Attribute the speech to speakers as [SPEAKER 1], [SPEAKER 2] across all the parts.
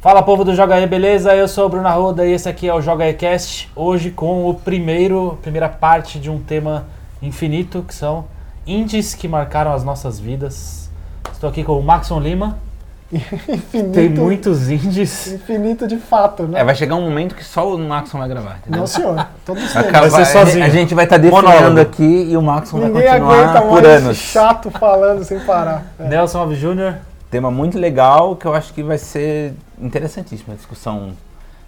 [SPEAKER 1] Fala povo do Joga aí, beleza? Eu sou o Bruno Arruda e esse aqui é o Joga aí Cast. Hoje com o primeiro, primeira parte de um tema infinito, que são indies que marcaram as nossas vidas. Estou aqui com o Maxon Lima.
[SPEAKER 2] Infinito,
[SPEAKER 1] Tem muitos indies.
[SPEAKER 2] infinito de fato, né?
[SPEAKER 3] É, vai chegar um momento que só o Maxon vai gravar, entendeu?
[SPEAKER 2] Não, senhor. Todos
[SPEAKER 3] Vai
[SPEAKER 2] temos.
[SPEAKER 3] acabar-
[SPEAKER 1] ser sozinho.
[SPEAKER 3] A gente vai estar definindo
[SPEAKER 1] Monólogo.
[SPEAKER 3] aqui e o Maxon vai
[SPEAKER 2] Ninguém aguenta
[SPEAKER 3] continuar por
[SPEAKER 2] mais esse
[SPEAKER 3] anos.
[SPEAKER 2] chato falando sem parar. É.
[SPEAKER 1] Nelson Alves Jr.
[SPEAKER 3] Tema muito legal que eu acho que vai ser interessantíssima a discussão.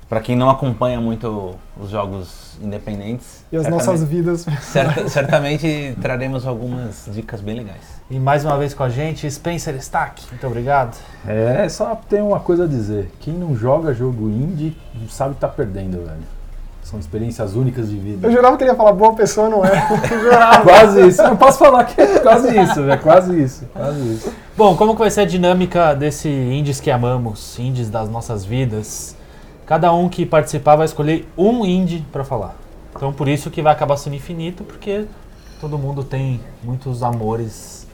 [SPEAKER 3] Pra quem não acompanha muito os jogos independentes,
[SPEAKER 2] E as
[SPEAKER 3] certamente-
[SPEAKER 2] nossas vidas.
[SPEAKER 3] certa- certamente traremos algumas dicas bem legais.
[SPEAKER 1] E mais uma vez com a gente, Spencer Stack. Muito obrigado.
[SPEAKER 4] É, só tem uma coisa a dizer. Quem não joga jogo indie, não sabe tá perdendo, velho. São experiências únicas de vida.
[SPEAKER 2] Eu jurava que ele ia falar boa pessoa, não é? Eu jurava.
[SPEAKER 4] Quase isso. Não posso falar que é quase isso, velho. Quase isso. Quase isso.
[SPEAKER 1] Bom, como que vai ser a dinâmica desse indies que amamos, indies das nossas vidas? Cada um que participar vai escolher um indie pra falar. Então por isso que vai acabar sendo infinito, porque todo mundo tem muitos amores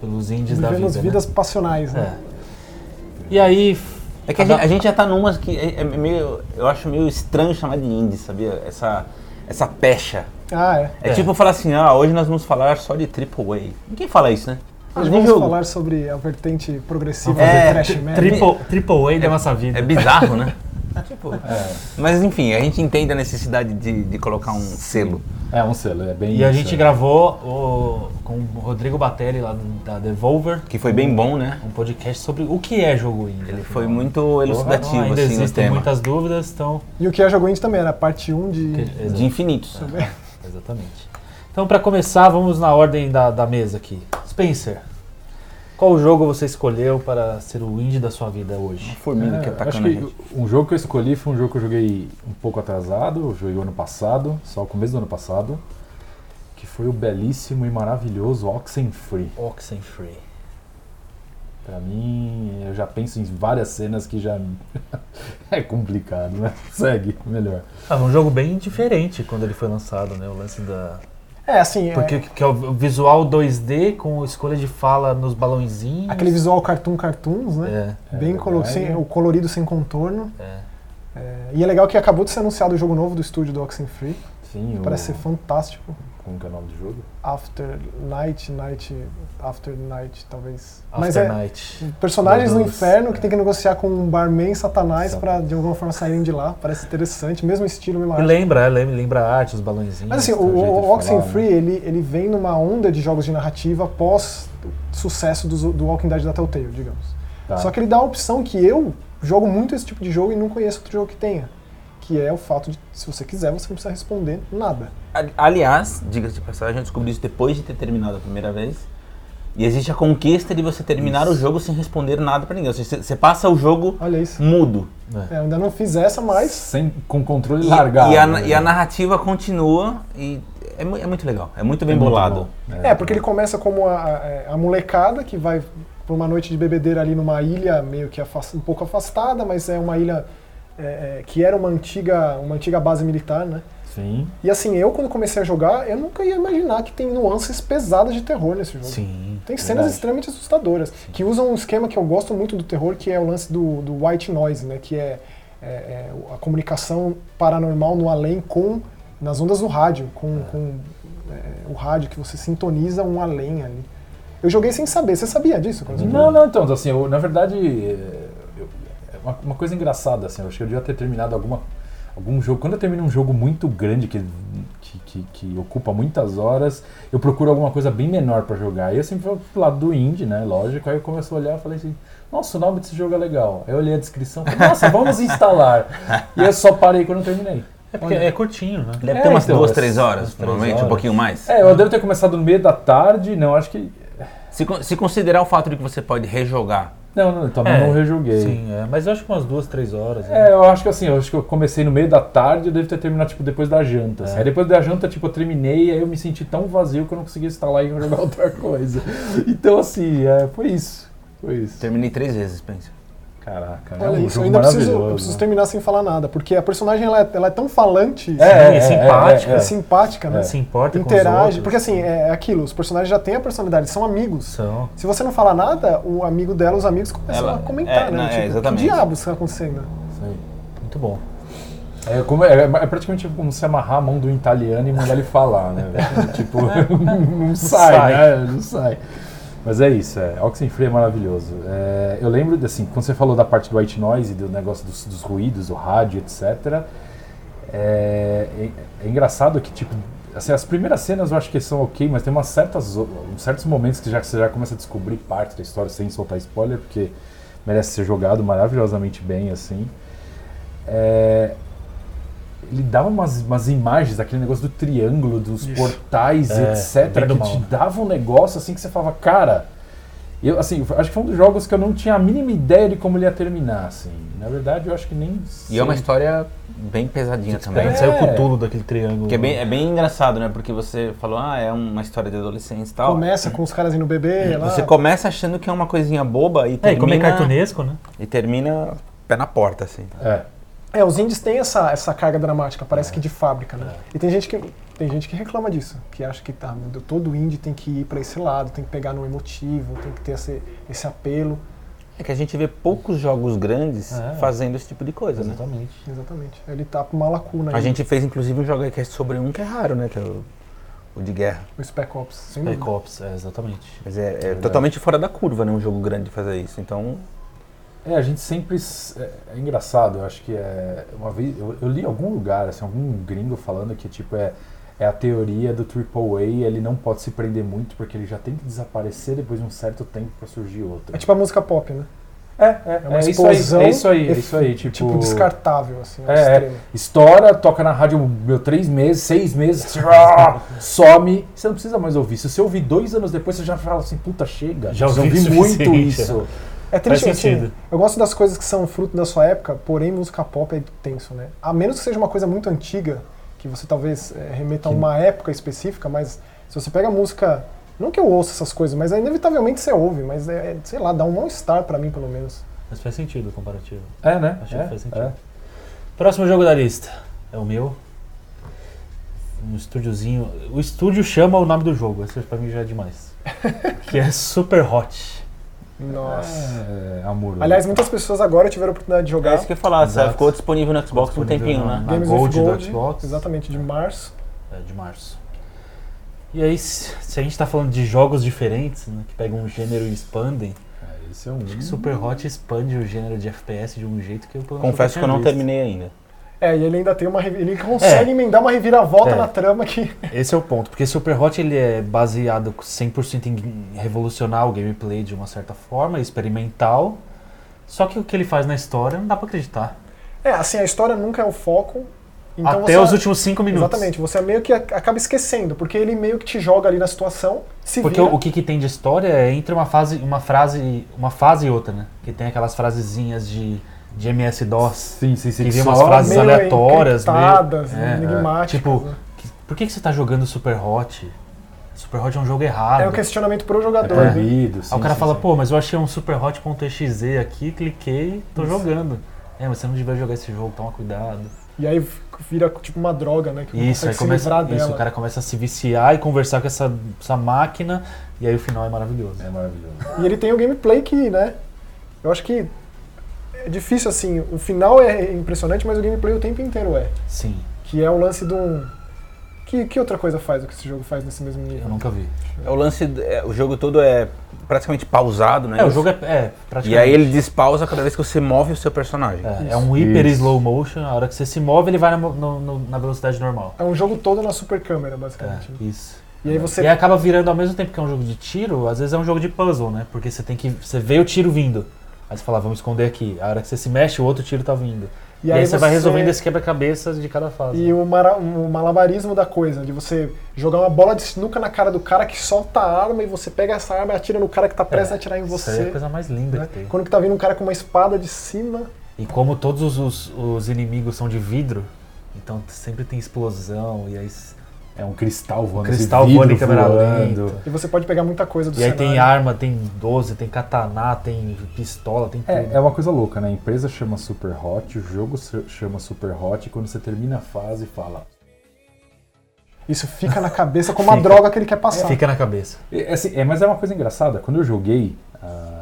[SPEAKER 1] pelos indies da
[SPEAKER 2] Vivemos
[SPEAKER 1] vida.
[SPEAKER 2] vidas passionais,
[SPEAKER 1] né?
[SPEAKER 2] né?
[SPEAKER 1] É. E aí, f-
[SPEAKER 3] É que a
[SPEAKER 1] Cada-
[SPEAKER 3] gente, a gente já tá numas que é, é meio, eu acho meio estranho chamar de indie, sabia? Essa, essa pecha.
[SPEAKER 2] Ah, é.
[SPEAKER 3] É,
[SPEAKER 1] É.
[SPEAKER 3] tipo falar assim, ah, hoje nós vamos falar só de AAA. Ninguém fala isso, né?
[SPEAKER 2] Hoje
[SPEAKER 3] Nem
[SPEAKER 2] vamos
[SPEAKER 3] jogo.
[SPEAKER 2] falar sobre a vertente progressiva
[SPEAKER 3] É,
[SPEAKER 2] do Trash Man.
[SPEAKER 1] triple, triple A da nossa vida.
[SPEAKER 3] É bizarro, né? tipo,
[SPEAKER 1] É.
[SPEAKER 3] Mas enfim, a gente entende a necessidade de, de colocar um selo.
[SPEAKER 4] É um selo, é bem
[SPEAKER 1] E a
[SPEAKER 4] isso,
[SPEAKER 1] gente
[SPEAKER 4] é.
[SPEAKER 1] gravou o- com o Rodrigo Batelli lá da Devolver,
[SPEAKER 3] Que foi bem bom, né?
[SPEAKER 1] um podcast sobre o que é jogo indie.
[SPEAKER 3] Ele foi muito elucidativo,
[SPEAKER 1] Então, ainda
[SPEAKER 3] assim, no
[SPEAKER 1] existem
[SPEAKER 3] tema.
[SPEAKER 1] muitas dúvidas, então
[SPEAKER 2] E o que é jogo indie também, era parte 1 de...
[SPEAKER 3] De infinitos.
[SPEAKER 1] Exatamente. Então, para começar, vamos na ordem da, da mesa aqui. Spencer, qual jogo você escolheu para ser o indie da sua vida hoje?
[SPEAKER 3] Formiga
[SPEAKER 4] É,
[SPEAKER 3] que
[SPEAKER 4] acho
[SPEAKER 3] atacando a gente.
[SPEAKER 4] que um jogo que eu escolhi foi um jogo que eu joguei um pouco atrasado, eu joguei o ano passado, só o começo do ano passado, que foi o belíssimo e maravilhoso Oxenfree.
[SPEAKER 1] Oxenfree.
[SPEAKER 4] Pra mim, eu já penso em várias cenas que já é complicado, né? Segue, melhor.
[SPEAKER 1] Ah, um jogo bem diferente quando ele foi lançado, né? O lance da.
[SPEAKER 2] É, assim, é
[SPEAKER 1] Porque que é o visual 2D com escolha de fala nos balãozinhos.
[SPEAKER 2] aquele visual cartoon cartoons, né?
[SPEAKER 1] É.
[SPEAKER 2] Bem
[SPEAKER 4] É
[SPEAKER 2] colo-
[SPEAKER 4] verdade.
[SPEAKER 2] sem- o colorido sem contorno.
[SPEAKER 1] É.
[SPEAKER 2] É, e é legal que acabou de ser anunciado o jogo novo do estúdio do Oxenfree.
[SPEAKER 4] Sim, o-
[SPEAKER 2] Parece ser fantástico.
[SPEAKER 4] Como que é o nome do jogo?
[SPEAKER 2] After Night, Night, After Night, talvez. Mas
[SPEAKER 1] After
[SPEAKER 2] é
[SPEAKER 1] Night.
[SPEAKER 2] personagens do
[SPEAKER 4] Todos,
[SPEAKER 2] inferno que
[SPEAKER 4] é.
[SPEAKER 2] tem que negociar com um barman e satanás
[SPEAKER 4] São-
[SPEAKER 2] pra de alguma forma saírem de lá. Parece interessante, mesmo estilo,
[SPEAKER 1] E
[SPEAKER 2] mesma arte.
[SPEAKER 1] lembra, é, lembra, lembra a arte, os tá, balãozinhos.
[SPEAKER 2] Mas assim, o,
[SPEAKER 4] é o jeito de
[SPEAKER 2] o
[SPEAKER 4] falar,
[SPEAKER 2] Oxenfree, ele, ele vem numa onda de jogos de narrativa pós o sucesso do, do Walking Dead da Telltale, digamos.
[SPEAKER 4] Tá.
[SPEAKER 2] Só que ele dá a opção que eu jogo muito esse tipo de jogo e não conheço outro jogo que tenha. Que é o fato de, se você quiser, você não precisa responder nada.
[SPEAKER 3] Ali- Aliás, diga-se de passagem, eu descobri isso depois de ter terminado a primeira vez. E existe a conquista de você terminar o jogo sem responder nada pra ninguém. Ou seja, você- você passa o jogo
[SPEAKER 2] Olha isso.
[SPEAKER 3] mudo.
[SPEAKER 2] É, eu ainda não fiz essa, mas
[SPEAKER 4] Sem, com controle
[SPEAKER 3] E,
[SPEAKER 4] largado.
[SPEAKER 3] e a, na-
[SPEAKER 4] né?
[SPEAKER 3] e a narrativa continua e é, mu- é muito legal. É muito bem
[SPEAKER 4] Muito
[SPEAKER 3] bolado.
[SPEAKER 4] bom.
[SPEAKER 2] É, porque ele começa como a, é, a- a molecada que vai pra uma noite de bebedeira ali numa ilha meio que afas- um pouco afastada, mas é uma ilha é, é, que era uma antiga, uma antiga base militar, né?
[SPEAKER 4] Sim.
[SPEAKER 2] E assim, eu quando comecei a jogar, eu nunca ia imaginar que tem nuances pesadas de terror nesse jogo.
[SPEAKER 1] Sim.
[SPEAKER 2] Tem cenas
[SPEAKER 4] Verdade.
[SPEAKER 2] extremamente assustadoras, que usam um esquema que eu gosto muito do terror, que é o lance do, do white noise, né? Que é, é, é a comunicação paranormal no além com nas ondas do rádio, com, com, é, o rádio que você sintoniza um além ali. Eu joguei sem saber, você sabia disso? Cruz?
[SPEAKER 4] Não, não, então, assim, eu, na verdade, é, eu- é uma, uma coisa engraçada, assim, eu acho que eu devia ter terminado alguma, algum jogo. Quando eu termino um jogo muito grande, que, que, que- que ocupa muitas horas, eu procuro alguma coisa bem menor pra jogar. E eu sempre vou pro lado do indie, né, lógico. Aí eu começo a olhar e falei assim, nossa, o nome desse jogo é legal. Aí eu olhei a descrição e falei, nossa, vamos instalar. E eu só parei quando eu terminei.
[SPEAKER 1] É porque é curtinho, né?
[SPEAKER 3] Deve
[SPEAKER 4] É,
[SPEAKER 3] ter umas
[SPEAKER 4] então,
[SPEAKER 3] duas,
[SPEAKER 4] as-
[SPEAKER 3] três horas,
[SPEAKER 4] as três
[SPEAKER 3] provavelmente, um
[SPEAKER 4] horas.
[SPEAKER 3] pouquinho mais.
[SPEAKER 4] É, eu devo ter começado no meio da tarde, não, acho que...
[SPEAKER 3] Se, con- se considerar o fato de que você pode rejogar,
[SPEAKER 4] Não, não, então
[SPEAKER 1] É,
[SPEAKER 4] não rejoguei.
[SPEAKER 1] Sim, é. Mas eu acho que umas duas, três horas. né?
[SPEAKER 4] É, eu acho que assim, eu acho que eu comecei no meio da tarde, eu devo ter terminado, tipo, depois da janta. assim. Aí depois da janta, tipo, eu terminei, aí eu me senti tão vazio que eu não conseguia instalar e jogar outra coisa. Então, assim, é, foi isso. Foi isso.
[SPEAKER 3] terminei três vezes, pensa.
[SPEAKER 4] Caraca, é
[SPEAKER 2] Olha isso,
[SPEAKER 4] um
[SPEAKER 2] eu
[SPEAKER 4] jogo
[SPEAKER 2] ainda preciso, eu
[SPEAKER 4] maravilhoso. né?
[SPEAKER 2] preciso terminar sem falar nada, porque a personagem ela é, ela é tão falante,
[SPEAKER 1] é, simpática,
[SPEAKER 2] é
[SPEAKER 4] assim.
[SPEAKER 2] simpática, né?
[SPEAKER 1] Se importa com os
[SPEAKER 2] Interage,
[SPEAKER 1] outros.
[SPEAKER 2] porque assim, é aquilo, os personagens já têm a personalidade, são amigos.
[SPEAKER 1] São.
[SPEAKER 2] Se você não falar nada, o amigo dela, os amigos começam
[SPEAKER 3] Ela-
[SPEAKER 2] a comentar,
[SPEAKER 3] é,
[SPEAKER 2] né?
[SPEAKER 3] não, é,
[SPEAKER 2] tipo,
[SPEAKER 3] exatamente.
[SPEAKER 2] Que diabos está acontecendo?
[SPEAKER 4] Sim.
[SPEAKER 1] Muito bom.
[SPEAKER 4] É, como- é- é praticamente como se amarrar a mão do italiano e mandar ele falar, né? velho? tipo, não sai,
[SPEAKER 1] Sai.
[SPEAKER 4] né? Não sai. Mas é isso, é. Oxenfree é maravilhoso. É, eu lembro, assim, quando você falou da parte do white noise, e do negócio dos, dos ruídos, do rádio, etc. É, é- é engraçado que, tipo, assim, as primeiras cenas eu acho que são ok, mas tem umas certas, o- uns certos momentos que já, você já começa a descobrir parte da história sem soltar spoiler, porque merece ser jogado maravilhosamente bem, assim. É, ele dava umas, umas imagens daquele negócio do triângulo, dos portais,
[SPEAKER 1] É,
[SPEAKER 4] etc.,
[SPEAKER 1] bem do
[SPEAKER 4] que
[SPEAKER 1] mal,
[SPEAKER 4] te
[SPEAKER 1] né?
[SPEAKER 4] dava um negócio assim que você falava, cara. Eu, assim, acho que foi um dos jogos que eu não tinha a mínima ideia de como ele ia terminar, assim. Na verdade, eu acho que nem.
[SPEAKER 3] E é uma
[SPEAKER 4] sei.
[SPEAKER 3] história bem pesadinha também.
[SPEAKER 1] Aí
[SPEAKER 4] É.
[SPEAKER 1] Saiu com tudo daquele triângulo.
[SPEAKER 3] Que é bem, é bem engraçado, né? Porque você falou, ah, é uma história de adolescência e tal.
[SPEAKER 2] Começa com os caras indo beber, lá.
[SPEAKER 3] Você começa achando que é uma coisinha boba e
[SPEAKER 1] É, e como é
[SPEAKER 3] termina,
[SPEAKER 1] cartunesco, né?
[SPEAKER 3] e termina pé na porta, assim.
[SPEAKER 4] É.
[SPEAKER 2] É, os indies têm essa, essa carga dramática, parece
[SPEAKER 3] É.
[SPEAKER 2] que de fábrica, né? E tem gente que tem gente que reclama disso, que acha que tá, todo indie tem que ir pra esse lado, tem que pegar no emotivo, tem que ter esse, esse apelo,
[SPEAKER 3] É que a gente vê poucos jogos grandes
[SPEAKER 1] É.
[SPEAKER 3] fazendo esse tipo de coisa, né?
[SPEAKER 1] Exatamente.
[SPEAKER 2] exatamente. Ele tá com uma lacuna
[SPEAKER 3] A
[SPEAKER 2] aí,
[SPEAKER 3] gente fez inclusive um jogo aí que é sobre um que é raro, né? Que é o, o de guerra.
[SPEAKER 2] o Spec Ops, sem
[SPEAKER 1] Spec
[SPEAKER 2] dúvida.
[SPEAKER 1] Ops, é, exatamente.
[SPEAKER 3] Mas é, é totalmente fora da curva, né? Um jogo grande fazer isso. Então,
[SPEAKER 4] É, a gente sempre. s- É, é engraçado, eu acho que é. Uma vez. Eu, eu li em algum lugar, assim, algum gringo falando que, tipo, é, é a teoria do AAA, ele não pode se prender muito porque ele já tem que desaparecer depois de um certo tempo pra surgir outro.
[SPEAKER 2] É tipo a música pop, né?
[SPEAKER 4] É, é,
[SPEAKER 2] é uma
[SPEAKER 4] isso aí,
[SPEAKER 2] explosão
[SPEAKER 4] é isso aí, é
[SPEAKER 2] efe-
[SPEAKER 4] isso aí. Tipo,
[SPEAKER 2] Tipo, descartável, assim, ao
[SPEAKER 4] É, é.
[SPEAKER 2] extremo.
[SPEAKER 4] Estoura, toca na rádio meu três meses, seis meses, tchá, some. Você não precisa mais ouvir. Se você ouvir dois anos depois, você já fala assim, puta, chega.
[SPEAKER 1] Já
[SPEAKER 4] Eu
[SPEAKER 1] ouvi o
[SPEAKER 4] muito
[SPEAKER 1] suficiente,
[SPEAKER 4] isso.
[SPEAKER 2] É triste,
[SPEAKER 1] Faz
[SPEAKER 2] assim,
[SPEAKER 1] sentido.
[SPEAKER 2] eu gosto das coisas que são fruto da sua época, porém música pop é tenso, né? A menos que seja uma coisa muito antiga, que você talvez eh, remeta a uma época específica, mas se você pega música... Não que eu ouça essas coisas, mas é, inevitavelmente você ouve, mas, é, é, sei lá, dá um mal-estar pra mim, pelo menos.
[SPEAKER 1] Mas faz sentido o comparativo.
[SPEAKER 4] É, né?
[SPEAKER 1] Acho que
[SPEAKER 4] É,
[SPEAKER 1] faz sentido.
[SPEAKER 4] é.
[SPEAKER 1] Próximo jogo da lista é o meu. Um estúdiozinho. O estúdio chama o nome do jogo, isso pra mim já é demais. que é Super Hot.
[SPEAKER 2] Nossa.
[SPEAKER 4] É, amor.
[SPEAKER 2] Aliás, muitas pessoas agora tiveram a oportunidade de
[SPEAKER 3] é
[SPEAKER 2] jogar
[SPEAKER 3] isso que eu ia falar.
[SPEAKER 1] Exato.
[SPEAKER 3] sabe? Ficou disponível no Xbox por um
[SPEAKER 1] Disponível
[SPEAKER 3] tempinho,
[SPEAKER 1] na-
[SPEAKER 3] né?
[SPEAKER 1] na
[SPEAKER 2] Games
[SPEAKER 1] Gold,
[SPEAKER 2] with Gold,
[SPEAKER 1] do Xbox.
[SPEAKER 2] exatamente, de março.
[SPEAKER 1] É, de março. E aí, se se a gente tá falando de jogos diferentes, né, que pegam um gênero e expandem,
[SPEAKER 4] É, esse é um.
[SPEAKER 1] Super Hot expande o gênero de FPS de um jeito que eu pelo menos,
[SPEAKER 3] Confesso que eu
[SPEAKER 1] nunca
[SPEAKER 3] não
[SPEAKER 1] tinha visto.
[SPEAKER 3] terminei ainda.
[SPEAKER 2] É, e ele ainda tem uma... revi- Ele consegue emendar uma reviravolta
[SPEAKER 1] É.
[SPEAKER 2] na trama que...
[SPEAKER 1] Esse é o ponto, porque Super Hot ele é baseado 100% em revolucionar o gameplay de uma certa forma, experimental. Só que o que ele faz na história não dá pra acreditar.
[SPEAKER 2] É, assim, a história nunca é o foco. Então
[SPEAKER 1] Até
[SPEAKER 2] você-
[SPEAKER 1] os últimos 5 minutos.
[SPEAKER 2] Exatamente, você meio que ac- acaba esquecendo, porque ele meio que te joga ali na situação, se
[SPEAKER 1] Porque
[SPEAKER 2] vira,
[SPEAKER 1] o, o que, que tem de história é entre uma fase, uma frase, uma fase e outra, né? Que tem aquelas frasezinhas de, de MS-DOS.
[SPEAKER 4] Sim, sim, sim.
[SPEAKER 1] Que vem
[SPEAKER 4] só-
[SPEAKER 1] umas frases
[SPEAKER 2] meio
[SPEAKER 1] aleatórias,
[SPEAKER 2] encriptadas,
[SPEAKER 1] meio- é,
[SPEAKER 2] enigmáticas.
[SPEAKER 1] tipo,
[SPEAKER 2] né?
[SPEAKER 1] Que- Por que, que você tá jogando Super Hot? Super Hot é um jogo errado.
[SPEAKER 2] É um questionamento pro
[SPEAKER 4] assim,
[SPEAKER 2] jogador.
[SPEAKER 1] É.
[SPEAKER 2] né?
[SPEAKER 4] proibido.
[SPEAKER 1] Aí
[SPEAKER 4] sim,
[SPEAKER 1] o cara
[SPEAKER 4] sim,
[SPEAKER 1] fala,
[SPEAKER 4] sim.
[SPEAKER 1] pô, mas eu achei um superhot.exe aqui, cliquei, tô jogando. É, mas você não devia jogar esse jogo, toma cuidado.
[SPEAKER 2] E aí f- vira tipo uma droga, né? Que não
[SPEAKER 1] Isso,
[SPEAKER 2] consegue
[SPEAKER 1] aí
[SPEAKER 2] se
[SPEAKER 1] começa,
[SPEAKER 2] livrar
[SPEAKER 1] isso,
[SPEAKER 2] dela.
[SPEAKER 1] o cara começa a se viciar e conversar com essa, essa máquina, e aí o final é maravilhoso.
[SPEAKER 4] É maravilhoso.
[SPEAKER 2] E ele tem o gameplay que, né? Eu acho que é difícil assim, o final é impressionante, mas o gameplay o tempo inteiro é.
[SPEAKER 1] Sim,
[SPEAKER 2] Que é o lance de um. Que, que outra coisa faz o que esse jogo faz nesse mesmo
[SPEAKER 1] eu
[SPEAKER 2] nível?
[SPEAKER 1] nunca vi.
[SPEAKER 3] É o lance, é, o jogo todo é praticamente pausado, né?
[SPEAKER 1] É, o jogo é, é praticamente...
[SPEAKER 3] E aí ele despausa cada vez que você move o seu personagem.
[SPEAKER 1] É, é um hiper
[SPEAKER 4] Isso.
[SPEAKER 1] slow motion, a hora que você se move, ele vai na, mo- no- no- na velocidade normal.
[SPEAKER 2] É um jogo todo na super câmera,
[SPEAKER 1] É,
[SPEAKER 2] basicamente. né?
[SPEAKER 1] isso.
[SPEAKER 2] E aí você
[SPEAKER 1] E aí acaba virando ao mesmo tempo que é um jogo de tiro, às vezes é um jogo de puzzle, né? Porque você tem que. Você vê o tiro vindo. Aí você fala, "Ah, vamos esconder aqui. A hora que você se mexe, o outro tiro tá vindo. E, aí, você vai resolvendo esse quebra-cabeças de cada fase.
[SPEAKER 2] E o, mara- o malabarismo da coisa, de você jogar uma bola de sinuca na cara do cara que solta a arma e você pega essa arma e atira no cara que tá prestes a atirar em
[SPEAKER 1] Isso
[SPEAKER 2] você.
[SPEAKER 1] aí é a coisa mais linda
[SPEAKER 2] né?
[SPEAKER 1] que tem.
[SPEAKER 2] Quando que tá vindo um cara com uma espada de cima.
[SPEAKER 1] E como todos os, os- os inimigos são de vidro, então sempre tem explosão e aí s-
[SPEAKER 4] É um cristal voando. esse
[SPEAKER 1] cristal
[SPEAKER 4] vidro
[SPEAKER 1] voando em câmera
[SPEAKER 4] voando.
[SPEAKER 1] lenta.
[SPEAKER 2] E você pode pegar muita coisa do
[SPEAKER 1] E aí
[SPEAKER 2] cenário.
[SPEAKER 1] tem arma, tem 12, tem katana, tem pistola, tem tudo.
[SPEAKER 4] É, é uma coisa louca, né? A empresa chama Super Hot, o jogo se- chama Super Hot, e quando você termina a fase, fala.
[SPEAKER 2] Isso fica na cabeça como a
[SPEAKER 1] Fica.
[SPEAKER 2] droga que ele quer passar.
[SPEAKER 1] Fica na cabeça.
[SPEAKER 4] É, é assim, é, mas é uma coisa engraçada, quando eu joguei, a,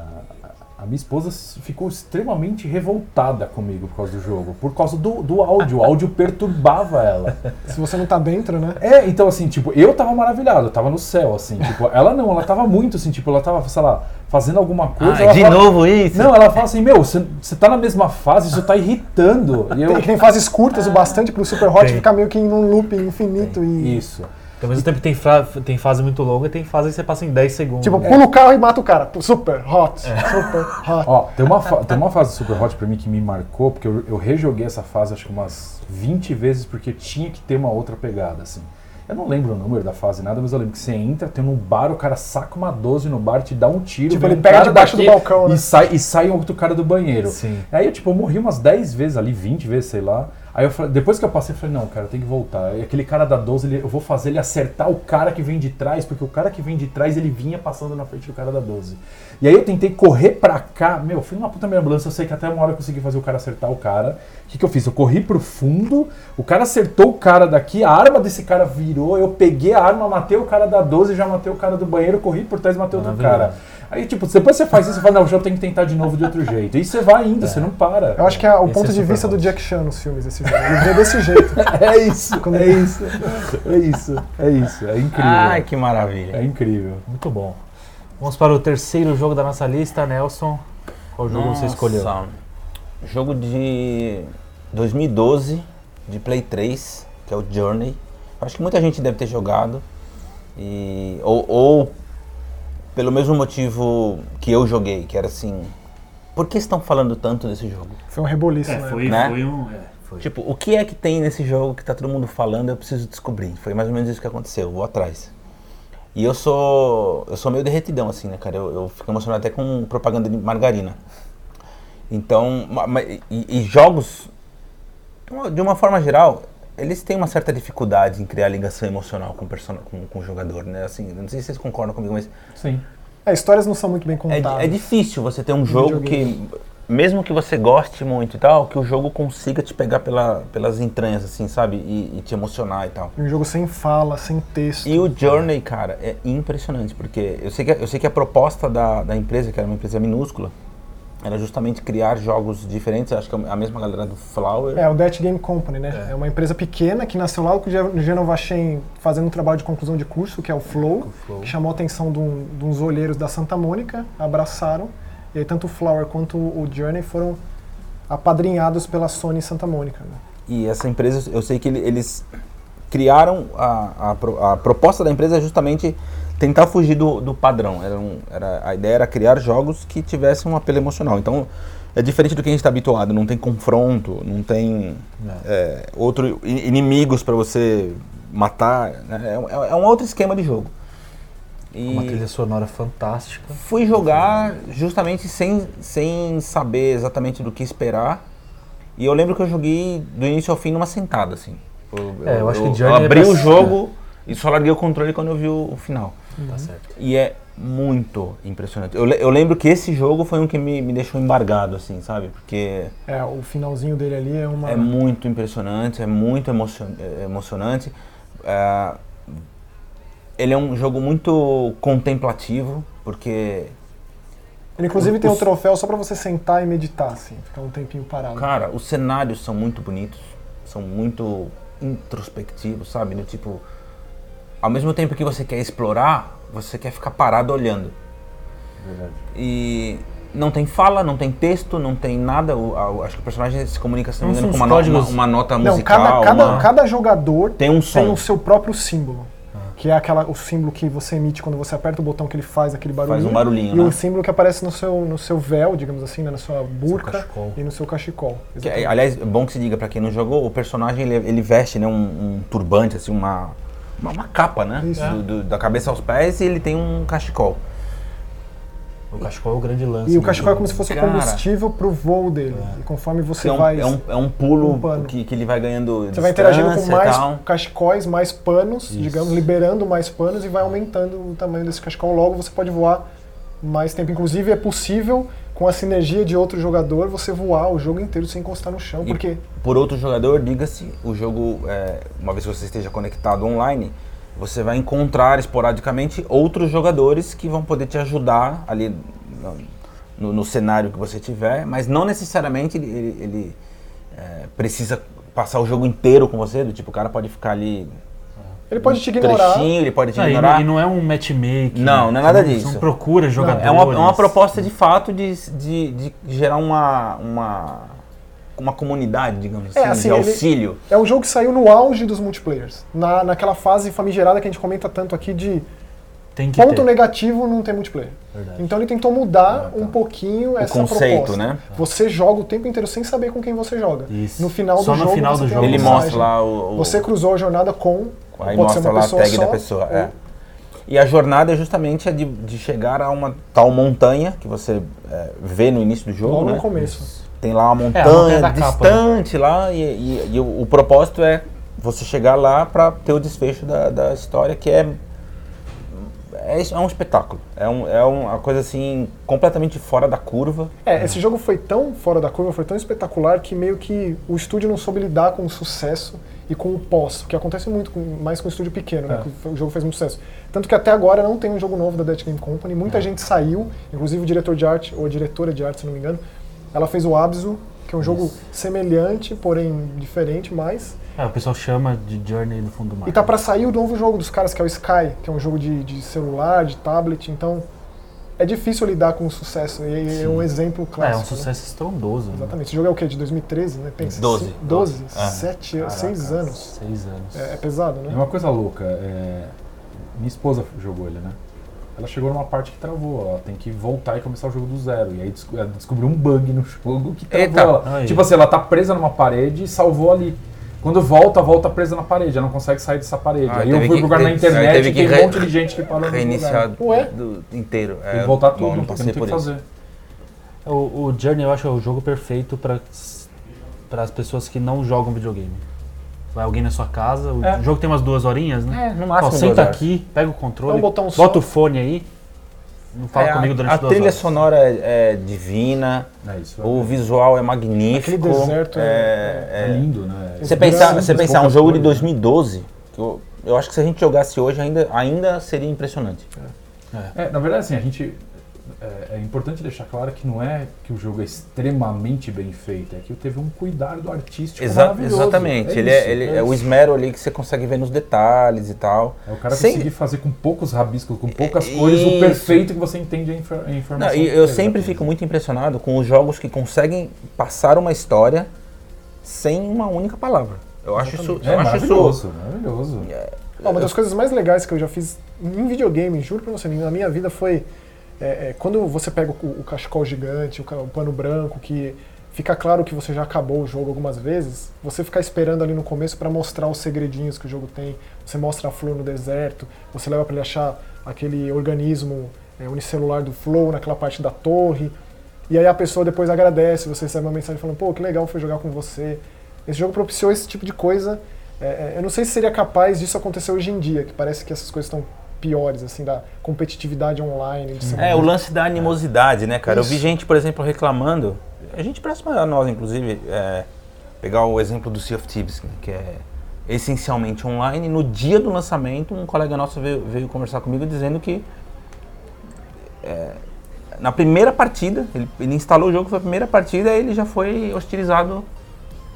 [SPEAKER 4] a minha esposa s- ficou extremamente revoltada comigo por causa do jogo, por causa do, do áudio. O áudio perturbava ela.
[SPEAKER 2] Se você não tá dentro, né?
[SPEAKER 4] É, então assim, tipo, eu tava maravilhado, eu tava no céu, assim, tipo, ela não, ela tava muito assim, tipo, ela tava, sei lá, fazendo alguma coisa.
[SPEAKER 3] Ah,
[SPEAKER 4] ela
[SPEAKER 3] de
[SPEAKER 4] fala-
[SPEAKER 3] novo isso?
[SPEAKER 4] Não, ela fala assim, meu, você você tá na mesma fase, isso tá irritando. E eu,
[SPEAKER 2] Tem, tem fases curtas o bastante pro Super Hot
[SPEAKER 1] Tem.
[SPEAKER 2] ficar meio que num looping infinito e.
[SPEAKER 4] isso.
[SPEAKER 1] Ao mesmo tempo tem, fra- tem fase muito longa e tem fase que você passa em 10 segundos. né?
[SPEAKER 2] Tipo, pula o carro e mata o cara. Pô, Super Hot,
[SPEAKER 1] É.
[SPEAKER 2] Super Hot.
[SPEAKER 4] Ó, tem uma, fa- tem uma fase do Super Hot pra mim que me marcou, porque eu, eu rejoguei essa fase acho que umas 20 vezes, porque tinha que ter uma outra pegada, assim. Eu não lembro o número da fase, nada, mas eu lembro que você entra, tem um bar, o cara saca uma 12 no bar, te dá um tiro,
[SPEAKER 2] Tipo,
[SPEAKER 4] vem
[SPEAKER 2] ele
[SPEAKER 4] um
[SPEAKER 2] pega
[SPEAKER 4] cara
[SPEAKER 2] debaixo do
[SPEAKER 4] daqui
[SPEAKER 2] balcão,
[SPEAKER 4] e
[SPEAKER 2] né?
[SPEAKER 4] sai E sai outro cara do banheiro.
[SPEAKER 1] Sim.
[SPEAKER 4] Aí eu, tipo, eu morri umas 10 vezes ali, 20 vezes, sei lá. Aí eu falei, depois que eu passei, eu falei, não, cara, tem que voltar. E aquele cara da 12, ele- eu vou fazer ele acertar o cara que vem de trás, porque o cara que vem de trás, ele vinha passando na frente do cara da 12. E aí eu tentei correr pra cá, meu, fui numa puta minha ambulância, eu sei que até uma hora eu consegui fazer o cara acertar o cara. O que, que eu fiz? Eu corri pro fundo, o cara acertou o cara daqui, a arma desse cara virou, eu peguei a arma, matei o cara da 12, já matei o cara do banheiro, corri por trás, matei outro
[SPEAKER 1] Maravilhoso.
[SPEAKER 4] cara. Aí, tipo, depois você faz isso, você fala, não, o jogo tem que tentar de novo de outro jeito. E você vai indo, você não para.
[SPEAKER 2] Eu acho que é o
[SPEAKER 1] Esse
[SPEAKER 2] ponto
[SPEAKER 1] é
[SPEAKER 2] de
[SPEAKER 1] Super
[SPEAKER 2] vista do
[SPEAKER 1] Hot.
[SPEAKER 2] Jack Chan nos filmes, esse jogo. Ele vê desse jeito.
[SPEAKER 4] É isso,
[SPEAKER 2] Quando
[SPEAKER 4] é
[SPEAKER 2] ele-
[SPEAKER 4] isso, é isso, é isso, é incrível.
[SPEAKER 3] Ai, que maravilha.
[SPEAKER 4] É incrível.
[SPEAKER 1] Muito bom. Vamos para o terceiro jogo da nossa lista, Nelson. Qual jogo você escolheu?
[SPEAKER 3] Nossa. Jogo de 2012, de Play 3, que é o Journey. Acho que muita gente deve ter jogado. E, ou, ou pelo mesmo motivo que eu joguei, que era assim. Por que estão falando tanto desse jogo?
[SPEAKER 2] Foi um reboliço, né?
[SPEAKER 3] Né? foi
[SPEAKER 1] um.
[SPEAKER 3] Tipo, o que é que tem nesse jogo que tá todo mundo falando, eu preciso descobrir. Foi mais ou menos isso que aconteceu, vou atrás. E eu sou. Eu sou meio derretidão, assim, né, cara? Eu, eu fico emocionado até com propaganda de margarina. Então. ma- ma- E, e jogos, de uma- de uma forma geral, eles têm uma certa dificuldade em criar ligação emocional com o, person- com, com o jogador, né? Assim, não sei se vocês concordam comigo, mas
[SPEAKER 4] Sim.
[SPEAKER 2] É, histórias não são muito bem
[SPEAKER 3] é,
[SPEAKER 2] contadas.
[SPEAKER 3] di- é difícil você ter um jogo que,
[SPEAKER 2] videogame.
[SPEAKER 3] mesmo que você goste muito e tal, que o jogo consiga te pegar pela, pelas entranhas, assim, sabe? E, e te emocionar e tal.
[SPEAKER 2] Um jogo sem fala, sem texto.
[SPEAKER 3] E o Journey, cara, é impressionante, porque eu sei que, a- eu sei que a proposta da, da empresa, que era uma empresa minúscula, era justamente criar jogos diferentes. Acho que é a mesma galera do Flower.
[SPEAKER 2] É, o Death Game Company, né? É. uma empresa pequena que nasceu lá com o Gen- Genova Shen fazendo um trabalho de conclusão de curso, que é o Flow, que chamou a atenção de, um, de uns olheiros da Santa Mônica, abraçaram, e aí tanto o Flower quanto o Journey foram apadrinhados pela Sony Santa Mônica. né?
[SPEAKER 3] E essa empresa, eu sei que ele- eles criaram a, a, pro- a proposta da empresa é justamente tentar fugir do, do padrão. Era um- era- a ideia era criar jogos que tivessem um apelo emocional. Então é diferente do que a gente está habituado. Não tem confronto, não tem é, outro i- inimigos para você matar. né? É, um- é um outro esquema de jogo. E
[SPEAKER 1] Uma trilha sonora fantástica.
[SPEAKER 3] fui jogar justamente sem, sem saber exatamente do que esperar. E eu lembro que eu joguei do início ao fim numa sentada, assim.
[SPEAKER 1] É, eu acho que
[SPEAKER 3] eu
[SPEAKER 1] Journey é
[SPEAKER 3] abri
[SPEAKER 1] pra-
[SPEAKER 3] o jogo e só larguei o controle quando eu vi o, o final.
[SPEAKER 1] Tá certo.
[SPEAKER 3] E é muito impressionante. Eu, le- eu lembro que esse jogo foi um que me, me deixou embargado, assim, sabe? Porque
[SPEAKER 2] É, o finalzinho dele ali é uma...
[SPEAKER 3] é muito impressionante, é muito emocion- é emocionante. É, ele é um jogo muito contemplativo, porque
[SPEAKER 2] Ele inclusive tem um
[SPEAKER 3] os-
[SPEAKER 2] troféu só pra você sentar e meditar, assim, ficar um tempinho parado.
[SPEAKER 3] Cara, os cenários são muito bonitos, são muito introspectivos, sabe? Do tipo, ao mesmo tempo que você quer explorar, você quer ficar parado olhando.
[SPEAKER 4] Verdade.
[SPEAKER 3] E não tem fala, não tem texto, não tem nada. O- a- o- acho que o personagem se comunica se não me
[SPEAKER 1] Não
[SPEAKER 3] engano, com
[SPEAKER 1] são
[SPEAKER 3] uma, no-
[SPEAKER 1] os
[SPEAKER 3] uma,
[SPEAKER 1] códigos.
[SPEAKER 3] uma nota
[SPEAKER 2] Não,
[SPEAKER 3] musical.
[SPEAKER 2] cada, cada,
[SPEAKER 3] uma-
[SPEAKER 2] cada jogador
[SPEAKER 3] Tem um som.
[SPEAKER 2] tem o seu próprio símbolo. Que é aquela, o símbolo que você emite quando você aperta o botão que ele faz aquele barulhinho.
[SPEAKER 3] um barulhinho,
[SPEAKER 2] E
[SPEAKER 3] né?
[SPEAKER 2] o símbolo que aparece no seu, no seu véu, digamos assim, né, na sua burca
[SPEAKER 1] cachecol.
[SPEAKER 2] e no seu cachecol.
[SPEAKER 3] Que,
[SPEAKER 2] Exatamente.
[SPEAKER 3] aliás, é bom que se diga pra quem não jogou, o personagem ele, ele veste né, um, um turbante, assim, uma, uma, uma capa, né?
[SPEAKER 2] Isso.
[SPEAKER 3] Do- do- da cabeça aos pés e ele tem um cachecol.
[SPEAKER 1] O cachecol é o grande lance.
[SPEAKER 2] E o
[SPEAKER 1] mesmo.
[SPEAKER 2] cachecol é como se fosse o
[SPEAKER 3] Cara.
[SPEAKER 2] combustível pro voo dele. E conforme você
[SPEAKER 3] É um,
[SPEAKER 2] vai.
[SPEAKER 3] é, um, é um pulo
[SPEAKER 2] um pano.
[SPEAKER 3] que, que ele vai ganhando
[SPEAKER 2] Você vai interagindo com
[SPEAKER 3] distância e
[SPEAKER 2] mais
[SPEAKER 3] tal.
[SPEAKER 2] cachecóis, mais panos, digamos, liberando mais panos e vai aumentando o tamanho desse cachecol. Logo você pode voar mais tempo. Inclusive é possível, com a sinergia de outro jogador, você voar o jogo inteiro sem encostar no chão.
[SPEAKER 3] E
[SPEAKER 2] Porque
[SPEAKER 3] Por outro jogador, diga-se, o jogo, é, uma vez que você esteja conectado online, você vai encontrar esporadicamente outros jogadores que vão poder te ajudar ali no, no- no cenário que você tiver, mas não necessariamente ele, ele- ele, é, precisa passar o jogo inteiro com você, do tipo, o cara pode ficar ali
[SPEAKER 2] ele pode te ignorar.
[SPEAKER 3] trechinho, ele pode te
[SPEAKER 1] Ah, e,
[SPEAKER 3] ignorar.
[SPEAKER 1] e não é um matchmaking.
[SPEAKER 3] Não, não é
[SPEAKER 1] Você
[SPEAKER 3] nada
[SPEAKER 1] você
[SPEAKER 3] disso.
[SPEAKER 1] Não procura jogadores.
[SPEAKER 3] É uma, é uma proposta de fato de, de, de gerar uma, uma, uma comunidade, digamos assim,
[SPEAKER 2] É, assim,
[SPEAKER 3] de
[SPEAKER 2] ele-
[SPEAKER 3] auxílio.
[SPEAKER 2] É um jogo que saiu no auge dos multiplayers. Na, naquela fase famigerada que a gente comenta tanto aqui de
[SPEAKER 1] Tem que
[SPEAKER 2] ponto
[SPEAKER 1] ter.
[SPEAKER 2] negativo não ter multiplayer.
[SPEAKER 4] Verdade.
[SPEAKER 2] Então ele tentou mudar um pouquinho essa
[SPEAKER 3] Ah, tá. conceito,
[SPEAKER 2] proposta.
[SPEAKER 3] né?
[SPEAKER 2] Você joga o tempo inteiro sem saber com quem você joga.
[SPEAKER 1] Isso.
[SPEAKER 2] No final
[SPEAKER 1] Só
[SPEAKER 2] do
[SPEAKER 1] no
[SPEAKER 2] jogo,
[SPEAKER 1] final
[SPEAKER 2] você
[SPEAKER 1] do
[SPEAKER 2] tem
[SPEAKER 1] jogo.
[SPEAKER 2] É uma
[SPEAKER 3] Ele
[SPEAKER 1] mensagem.
[SPEAKER 3] mostra lá o. o-
[SPEAKER 2] Você cruzou a jornada com. pode
[SPEAKER 3] aí
[SPEAKER 2] ser
[SPEAKER 3] mostra
[SPEAKER 2] uma
[SPEAKER 3] lá a
[SPEAKER 2] pessoa
[SPEAKER 3] tag
[SPEAKER 2] só, Hum.
[SPEAKER 3] da pessoa.
[SPEAKER 2] ou-
[SPEAKER 3] é. E a jornada é justamente a de, de chegar a uma tal montanha que você é, vê no início do jogo.
[SPEAKER 2] Logo
[SPEAKER 3] né?
[SPEAKER 2] no começo.
[SPEAKER 3] Tem lá uma
[SPEAKER 1] É, a montanha
[SPEAKER 3] montanha né?
[SPEAKER 1] da capa,
[SPEAKER 3] distante lá e, e- e o, o propósito é você chegar lá para ter o desfecho da, da história que é é, isso, é um espetáculo. É, um, é uma coisa assim completamente fora da curva.
[SPEAKER 2] É, esse jogo foi tão fora da curva, foi tão espetacular que meio que o estúdio não soube lidar com o sucesso e com o pós, que acontece muito com- mais com o estúdio pequeno, né? que O jogo fez muito sucesso. Tanto que até agora não tem um jogo novo da Dead Game Company, muita gente saiu, inclusive o diretor de arte, ou a diretora de arte, se não me engano, ela fez o Abzu, que é um jogo semelhante, porém diferente, mas
[SPEAKER 1] É, o pessoal chama de Journey do fundo do mar.
[SPEAKER 2] E tá pra sair o novo jogo dos caras, que é o Sky, que é um jogo de, de celular, de tablet, então é difícil lidar com o sucesso. E é um exemplo
[SPEAKER 1] É, é
[SPEAKER 2] clássico.
[SPEAKER 1] um
[SPEAKER 2] né?
[SPEAKER 1] sucesso estrondoso. né?
[SPEAKER 2] Exatamente. Esse jogo é o quê? De 2013, né? Pensa.
[SPEAKER 3] Doze.
[SPEAKER 2] 12,
[SPEAKER 3] Ah.
[SPEAKER 2] 7,
[SPEAKER 4] Caraca.
[SPEAKER 2] 6 anos.
[SPEAKER 1] Seis anos.
[SPEAKER 2] É, é pesado,
[SPEAKER 4] É
[SPEAKER 2] né?
[SPEAKER 4] uma coisa louca. é, Minha esposa jogou ele, né? Ela chegou numa parte que travou. Ela tem que voltar e começar o jogo do zero. E aí desco- ela descobriu um bug no jogo que travou
[SPEAKER 3] Eita.
[SPEAKER 4] ela.
[SPEAKER 1] Aí.
[SPEAKER 4] Tipo assim, ela tá presa numa parede e salvou ali. Quando volta, volta presa na parede. Ela não consegue sair dessa parede.
[SPEAKER 3] Ah,
[SPEAKER 4] aí eu
[SPEAKER 3] teve
[SPEAKER 4] fui
[SPEAKER 3] que-
[SPEAKER 4] procurar na
[SPEAKER 3] teve- aí
[SPEAKER 4] internet
[SPEAKER 3] teve
[SPEAKER 4] e
[SPEAKER 3] que
[SPEAKER 4] tem um
[SPEAKER 3] re-
[SPEAKER 4] monte de gente que parou no
[SPEAKER 3] Reiniciar
[SPEAKER 4] lugar.
[SPEAKER 3] do,
[SPEAKER 2] Ué?
[SPEAKER 3] do- inteiro.
[SPEAKER 4] Tem
[SPEAKER 3] É,
[SPEAKER 4] que voltar
[SPEAKER 3] bom,
[SPEAKER 4] tudo,
[SPEAKER 3] não
[SPEAKER 4] porque
[SPEAKER 3] passei
[SPEAKER 4] não tem o
[SPEAKER 3] por
[SPEAKER 4] que
[SPEAKER 3] isso.
[SPEAKER 4] fazer.
[SPEAKER 1] É, O, o Journey eu acho o jogo perfeito para as pessoas que não jogam videogame. Vai alguém na sua casa, o
[SPEAKER 4] É.
[SPEAKER 1] jogo tem umas duas horinhas, né?
[SPEAKER 3] É, no
[SPEAKER 1] Ó,
[SPEAKER 3] máximo.
[SPEAKER 1] senta
[SPEAKER 3] duas horas.
[SPEAKER 1] aqui, pega o controle,
[SPEAKER 2] Dá um botão só.
[SPEAKER 1] bota o fone aí, não fala
[SPEAKER 3] É,
[SPEAKER 1] comigo
[SPEAKER 3] a-
[SPEAKER 1] durante
[SPEAKER 3] A
[SPEAKER 1] duas
[SPEAKER 3] trilha
[SPEAKER 1] horas.
[SPEAKER 3] sonora é, é divina,
[SPEAKER 4] É isso.
[SPEAKER 3] o visual é magnífico.
[SPEAKER 2] Aquele deserto é-
[SPEAKER 4] É, é
[SPEAKER 3] é-
[SPEAKER 4] lindo, né?
[SPEAKER 3] Você pensar,
[SPEAKER 2] Grandes
[SPEAKER 3] você pensar um
[SPEAKER 4] poucas
[SPEAKER 3] jogo de
[SPEAKER 4] coisas.
[SPEAKER 3] 2012, que eu, eu acho que se a gente jogasse hoje ainda, ainda seria impressionante.
[SPEAKER 4] É, na verdade, assim, a gente. É, é importante deixar claro que não é que o jogo é extremamente bem feito, é que teve um cuidado artístico
[SPEAKER 3] Exa-
[SPEAKER 4] maravilhoso.
[SPEAKER 3] exatamente. ele
[SPEAKER 4] isso,
[SPEAKER 3] é, ele é o
[SPEAKER 4] isso.
[SPEAKER 3] esmero ali que você consegue ver nos detalhes e tal.
[SPEAKER 4] É o cara
[SPEAKER 3] Sem-
[SPEAKER 4] conseguir fazer com poucos rabiscos, com poucas
[SPEAKER 3] É
[SPEAKER 4] cores,
[SPEAKER 3] isso.
[SPEAKER 4] o perfeito que você entende a, infor- a informação. É
[SPEAKER 3] Não, e
[SPEAKER 4] que
[SPEAKER 3] eu
[SPEAKER 4] tem,
[SPEAKER 3] sempre
[SPEAKER 4] exatamente.
[SPEAKER 3] fico muito impressionado com os jogos que conseguem passar uma história sem uma única palavra. Eu acho isso,
[SPEAKER 4] É
[SPEAKER 3] eu acho isso É,
[SPEAKER 4] maravilhoso, maravilhoso.
[SPEAKER 2] Ó, uma das coisas mais legais que eu já fiz em videogame, juro pra você, na minha vida foi é, é, quando você pega o, o cachecol gigante, o, ca- o pano branco, que fica claro que você já acabou o jogo algumas vezes, você ficar esperando ali no começo pra mostrar os segredinhos que o jogo tem. Você mostra a flor no deserto, você leva pra ele achar aquele organismo é, unicelular do Flow naquela parte da torre. E aí a pessoa depois agradece, você recebe uma mensagem falando, pô, que legal foi jogar com você. Esse jogo propiciou esse tipo de coisa. É, é, eu não sei se seria capaz disso acontecer hoje em dia, que parece que essas coisas estão piores, assim, da competitividade online. De ser
[SPEAKER 3] É, o lance da animosidade, né, cara? Eu vi
[SPEAKER 2] Isso.
[SPEAKER 3] gente, por exemplo, reclamando. A gente próxima a nós, inclusive, é, pegar o exemplo do Sea of Thieves, né, que é essencialmente online. No dia do lançamento, um colega nosso veio, veio conversar comigo dizendo que é, na primeira partida, ele, ele instalou o jogo, foi a primeira partida, ele já foi hostilizado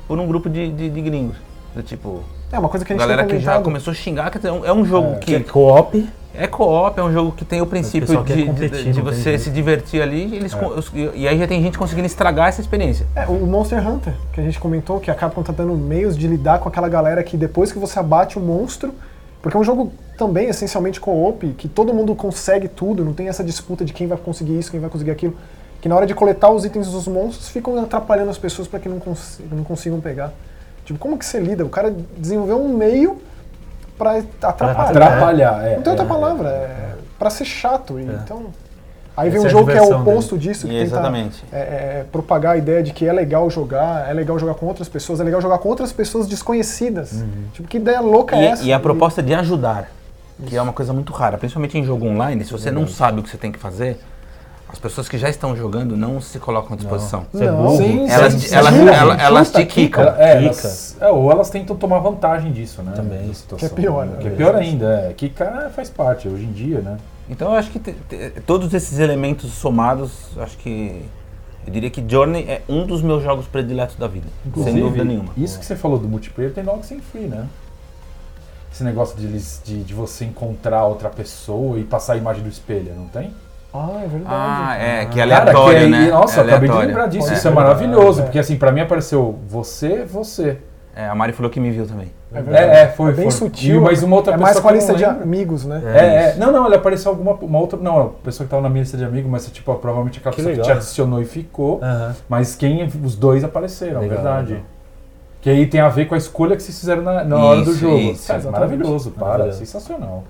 [SPEAKER 3] por um grupo de, de, de gringos. Do tipo,
[SPEAKER 2] É uma coisa que a gente
[SPEAKER 3] galera
[SPEAKER 2] tem
[SPEAKER 3] que já
[SPEAKER 2] comentado.
[SPEAKER 3] começou a xingar, quer dizer, é um- é um jogo que
[SPEAKER 1] É co-op,
[SPEAKER 3] é co-op, é um jogo que tem o princípio
[SPEAKER 1] pessoal
[SPEAKER 3] de,
[SPEAKER 1] quer
[SPEAKER 3] de-
[SPEAKER 1] competir,
[SPEAKER 3] de
[SPEAKER 1] não tem
[SPEAKER 3] você
[SPEAKER 1] jeito.
[SPEAKER 3] se divertir ali eles con- os- e, e aí já tem gente conseguindo estragar essa experiência.
[SPEAKER 2] É, o Monster Hunter, que a gente comentou, que a Capcom tá dando meios de lidar com aquela galera que depois que você abate o monstro, porque é um jogo também essencialmente co-op, que todo mundo consegue tudo, não tem essa disputa de quem vai conseguir isso, quem vai conseguir aquilo, que na hora de coletar os itens dos monstros ficam atrapalhando as pessoas para que não, consi- não consigam pegar. Tipo, como que você lida? O cara desenvolveu um meio para atrapalhar.
[SPEAKER 4] Atrapalhar, é.
[SPEAKER 2] Não tem outra
[SPEAKER 4] é,
[SPEAKER 2] palavra, é, pra ser chato. e Então, Aí vem
[SPEAKER 1] Essa
[SPEAKER 2] um
[SPEAKER 1] é a
[SPEAKER 2] jogo que é o
[SPEAKER 1] diversão dele.
[SPEAKER 2] oposto disso, que
[SPEAKER 3] E
[SPEAKER 2] tenta
[SPEAKER 3] exatamente.
[SPEAKER 2] é, é, propagar a ideia de que é legal jogar, é legal jogar com outras pessoas, é legal jogar com outras pessoas desconhecidas. Tipo, que ideia louca é essa?
[SPEAKER 3] E, e a proposta de ajudar, que é uma coisa muito rara, principalmente em jogo online, se você não sabe o que você tem que fazer, as pessoas que já estão jogando não se colocam à disposição.
[SPEAKER 1] Você é
[SPEAKER 2] Não.
[SPEAKER 1] burro.
[SPEAKER 4] Sim,
[SPEAKER 3] Elas,
[SPEAKER 4] sim, sim.
[SPEAKER 3] elas,
[SPEAKER 2] Gira,
[SPEAKER 3] elas-
[SPEAKER 2] chuta,
[SPEAKER 3] elas te
[SPEAKER 2] quica.
[SPEAKER 3] quicam.
[SPEAKER 4] Ela- é, elas- é, ou elas tentam tomar vantagem disso, né?
[SPEAKER 1] Também.
[SPEAKER 4] da
[SPEAKER 3] tá
[SPEAKER 4] situação,
[SPEAKER 2] Que é pior,
[SPEAKER 4] né?
[SPEAKER 2] né?
[SPEAKER 4] Que é pior ainda, é. Que cara faz parte hoje em dia, né?
[SPEAKER 3] Então eu acho que te- te- todos esses elementos somados, eu acho que. Eu diria que Journey é um dos meus jogos prediletos da vida. sem dúvida nenhuma.
[SPEAKER 4] Isso que você falou do multiplayer tem logo sem free, né? Esse negócio de, eles- de, de você encontrar outra pessoa e passar a imagem do espelho, não tem?
[SPEAKER 2] Ah, é verdade.
[SPEAKER 3] Ah, é, que é
[SPEAKER 4] Cara, que
[SPEAKER 3] aleatório,
[SPEAKER 4] aí-
[SPEAKER 3] né?
[SPEAKER 4] Nossa,
[SPEAKER 3] é
[SPEAKER 4] acabei de
[SPEAKER 3] aleatório.
[SPEAKER 4] lembrar disso.
[SPEAKER 3] É.
[SPEAKER 4] Isso é maravilhoso,
[SPEAKER 2] É.
[SPEAKER 4] porque assim, pra mim apareceu você, você.
[SPEAKER 3] É, a Mari falou que me viu também.
[SPEAKER 2] É verdade.
[SPEAKER 4] É, é, foi,
[SPEAKER 2] É bem
[SPEAKER 4] foi.
[SPEAKER 2] sutil.
[SPEAKER 4] E mais uma outra
[SPEAKER 2] é
[SPEAKER 4] pessoa
[SPEAKER 2] mais com a
[SPEAKER 4] que eu
[SPEAKER 2] lista
[SPEAKER 4] não
[SPEAKER 2] de
[SPEAKER 4] lembro.
[SPEAKER 2] amigos, né?
[SPEAKER 4] É, é, não, não, ele apareceu alguma uma outra. Não, a pessoa que tava na minha lista de amigo, mas tipo, provavelmente aquela
[SPEAKER 1] Que
[SPEAKER 4] pessoa que te
[SPEAKER 1] legal.
[SPEAKER 4] adicionou e ficou.
[SPEAKER 1] Aham.
[SPEAKER 4] Mas quem os dois apareceram, é
[SPEAKER 1] Legal,
[SPEAKER 4] verdade.
[SPEAKER 1] legal.
[SPEAKER 4] Que aí tem a ver com a escolha que vocês fizeram na, na hora do
[SPEAKER 3] Isso,
[SPEAKER 4] jogo.
[SPEAKER 3] isso.
[SPEAKER 4] Cara,
[SPEAKER 2] Exatamente.
[SPEAKER 4] maravilhoso, para,
[SPEAKER 1] Maravilhoso.
[SPEAKER 4] sensacional.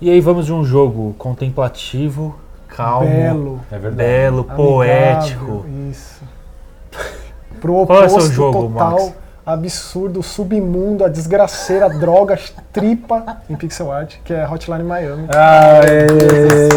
[SPEAKER 1] E aí vamos de um jogo contemplativo, calmo, belo,
[SPEAKER 2] Belo,
[SPEAKER 4] É verdade.
[SPEAKER 1] belo poético.
[SPEAKER 2] amigável, Isso. Pro oposto
[SPEAKER 1] Qual é o seu jogo,
[SPEAKER 2] total,
[SPEAKER 1] Max?
[SPEAKER 2] absurdo, submundo, a desgraceira, a droga, a tripa em pixel art, que é Hotline Miami.
[SPEAKER 1] É,